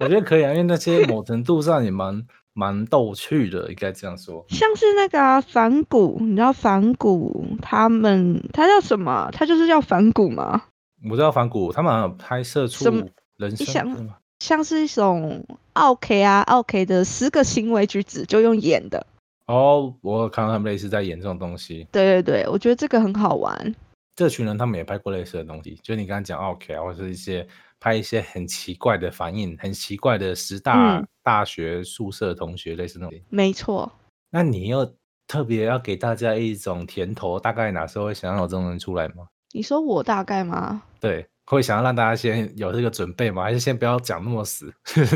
Speaker 2: 我觉得可以啊，因为那些某程度上也蛮蛮逗趣的，应该这样说。
Speaker 1: 像是那个啊，反骨，你知道反骨他们他叫什么啊？他就是叫反骨吗？
Speaker 2: 我知道反骨他们好像有拍摄出
Speaker 1: 什么
Speaker 2: 人
Speaker 1: 你
Speaker 2: 生
Speaker 1: 想
Speaker 2: 是吗
Speaker 1: 像是一种 OK 啊 OK 的十个行为举止就用演的，
Speaker 2: 哦，我有看到他们类似在演这种东西。
Speaker 1: 对对对，我觉得这个很好玩。
Speaker 2: 这群人他们也拍过类似的东西，就你刚刚讲 OK 啊，或者是一些拍一些很奇怪的反应，很奇怪的十大、
Speaker 1: 嗯
Speaker 2: 大学宿舍同学类似那种。
Speaker 1: 没错，
Speaker 2: 那你又特别要给大家一种甜头，大概哪时候会想要有这种人出来吗？
Speaker 1: 你说我大概 吗？
Speaker 2: 对，会想要让大家先有这个准备吗？还是先不要讲那么死，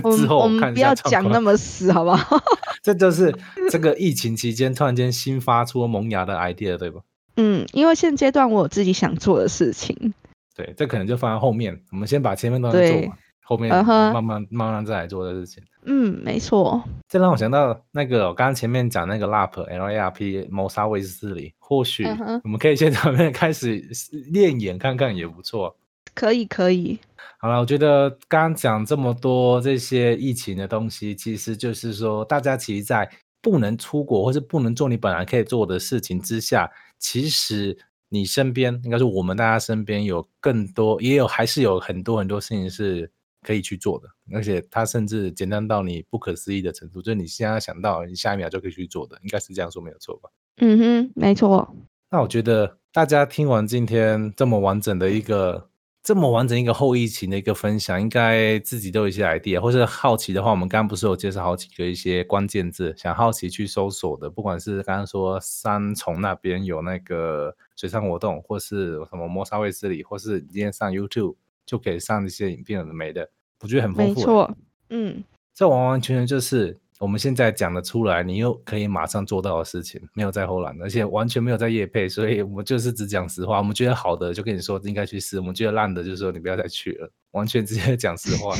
Speaker 1: 我们
Speaker 2: 之后
Speaker 1: 我
Speaker 2: 看
Speaker 1: 们
Speaker 2: 一
Speaker 1: 不
Speaker 2: 下
Speaker 1: 要
Speaker 2: 状
Speaker 1: 讲
Speaker 2: 况
Speaker 1: 那么死，好不好？
Speaker 2: 这就是这个疫情期间突然间新发出萌芽的 idea，对吧？
Speaker 1: 嗯，因为现阶段我有自己想做的事情。
Speaker 2: 对，这可能就放在后面，我们先把前面东西做
Speaker 1: 对
Speaker 2: 完，后面
Speaker 1: 嗯哼
Speaker 2: 慢慢、慢慢再来做的事情。
Speaker 1: 嗯，没错，
Speaker 2: 这让我想到那个我刚刚前面讲那个 LARP L A R P 谋杀卫斯理，或许
Speaker 1: 嗯哼
Speaker 2: 我们可以先从那边开始练演看看也不错。
Speaker 1: 可以可以。
Speaker 2: 好了，我觉得刚刚讲这么多这些疫情的东西，其实就是说，大家其实在不能出国或是不能做你本来可以做的事情之下，其实你身边，应该是我们大家身边有更多，也有还是有很多很多事情是可以去做的，而且它甚至简单到你不可思议的程度，就是你现在想到，你下一秒就可以去做的，应该是这样说没有错吧？
Speaker 1: 嗯哼，没错。
Speaker 2: 那我觉得大家听完今天这么完整的一个、这么完整一个后疫情的一个分享，应该自己都有一些 idea，或是好奇的话，我们刚刚不是有介绍好几个一些关键字，想好奇去搜索的，不管是刚刚说三重那边有那个水上活动，或是什么磨砂卫斯理，或是你今天上 YouTube 就可以上一些影片有的没的，我觉得很丰
Speaker 1: 没
Speaker 2: 富欸、
Speaker 1: 错，嗯，
Speaker 2: 这完完全全就是我们现在讲的出来，你又可以马上做到的事情，没有在后懒，而且完全没有在夜配，所以我们就是只讲实话。我们觉得好的就跟你说应该去试，我们觉得烂的就说你不要再去了，完全直接讲实话。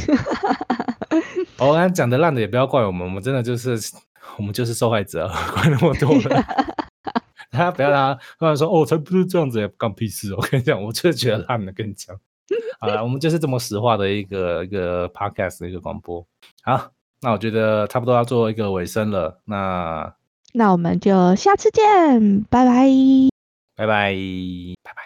Speaker 2: 哦，刚才讲的烂的也不要怪我们，我们真的就是我们就是受害者， 怪那么多人。大家不要让他突然说哦，才不是这样子，干屁事哦！我跟你讲，我就是觉得烂的，跟你讲。好了，我们就是这么实话的一个一个 podcast 的一个广播。好，那我觉得差不多要做一个尾声了，那
Speaker 1: 那我们就下次见，拜拜。
Speaker 2: 拜拜，拜拜。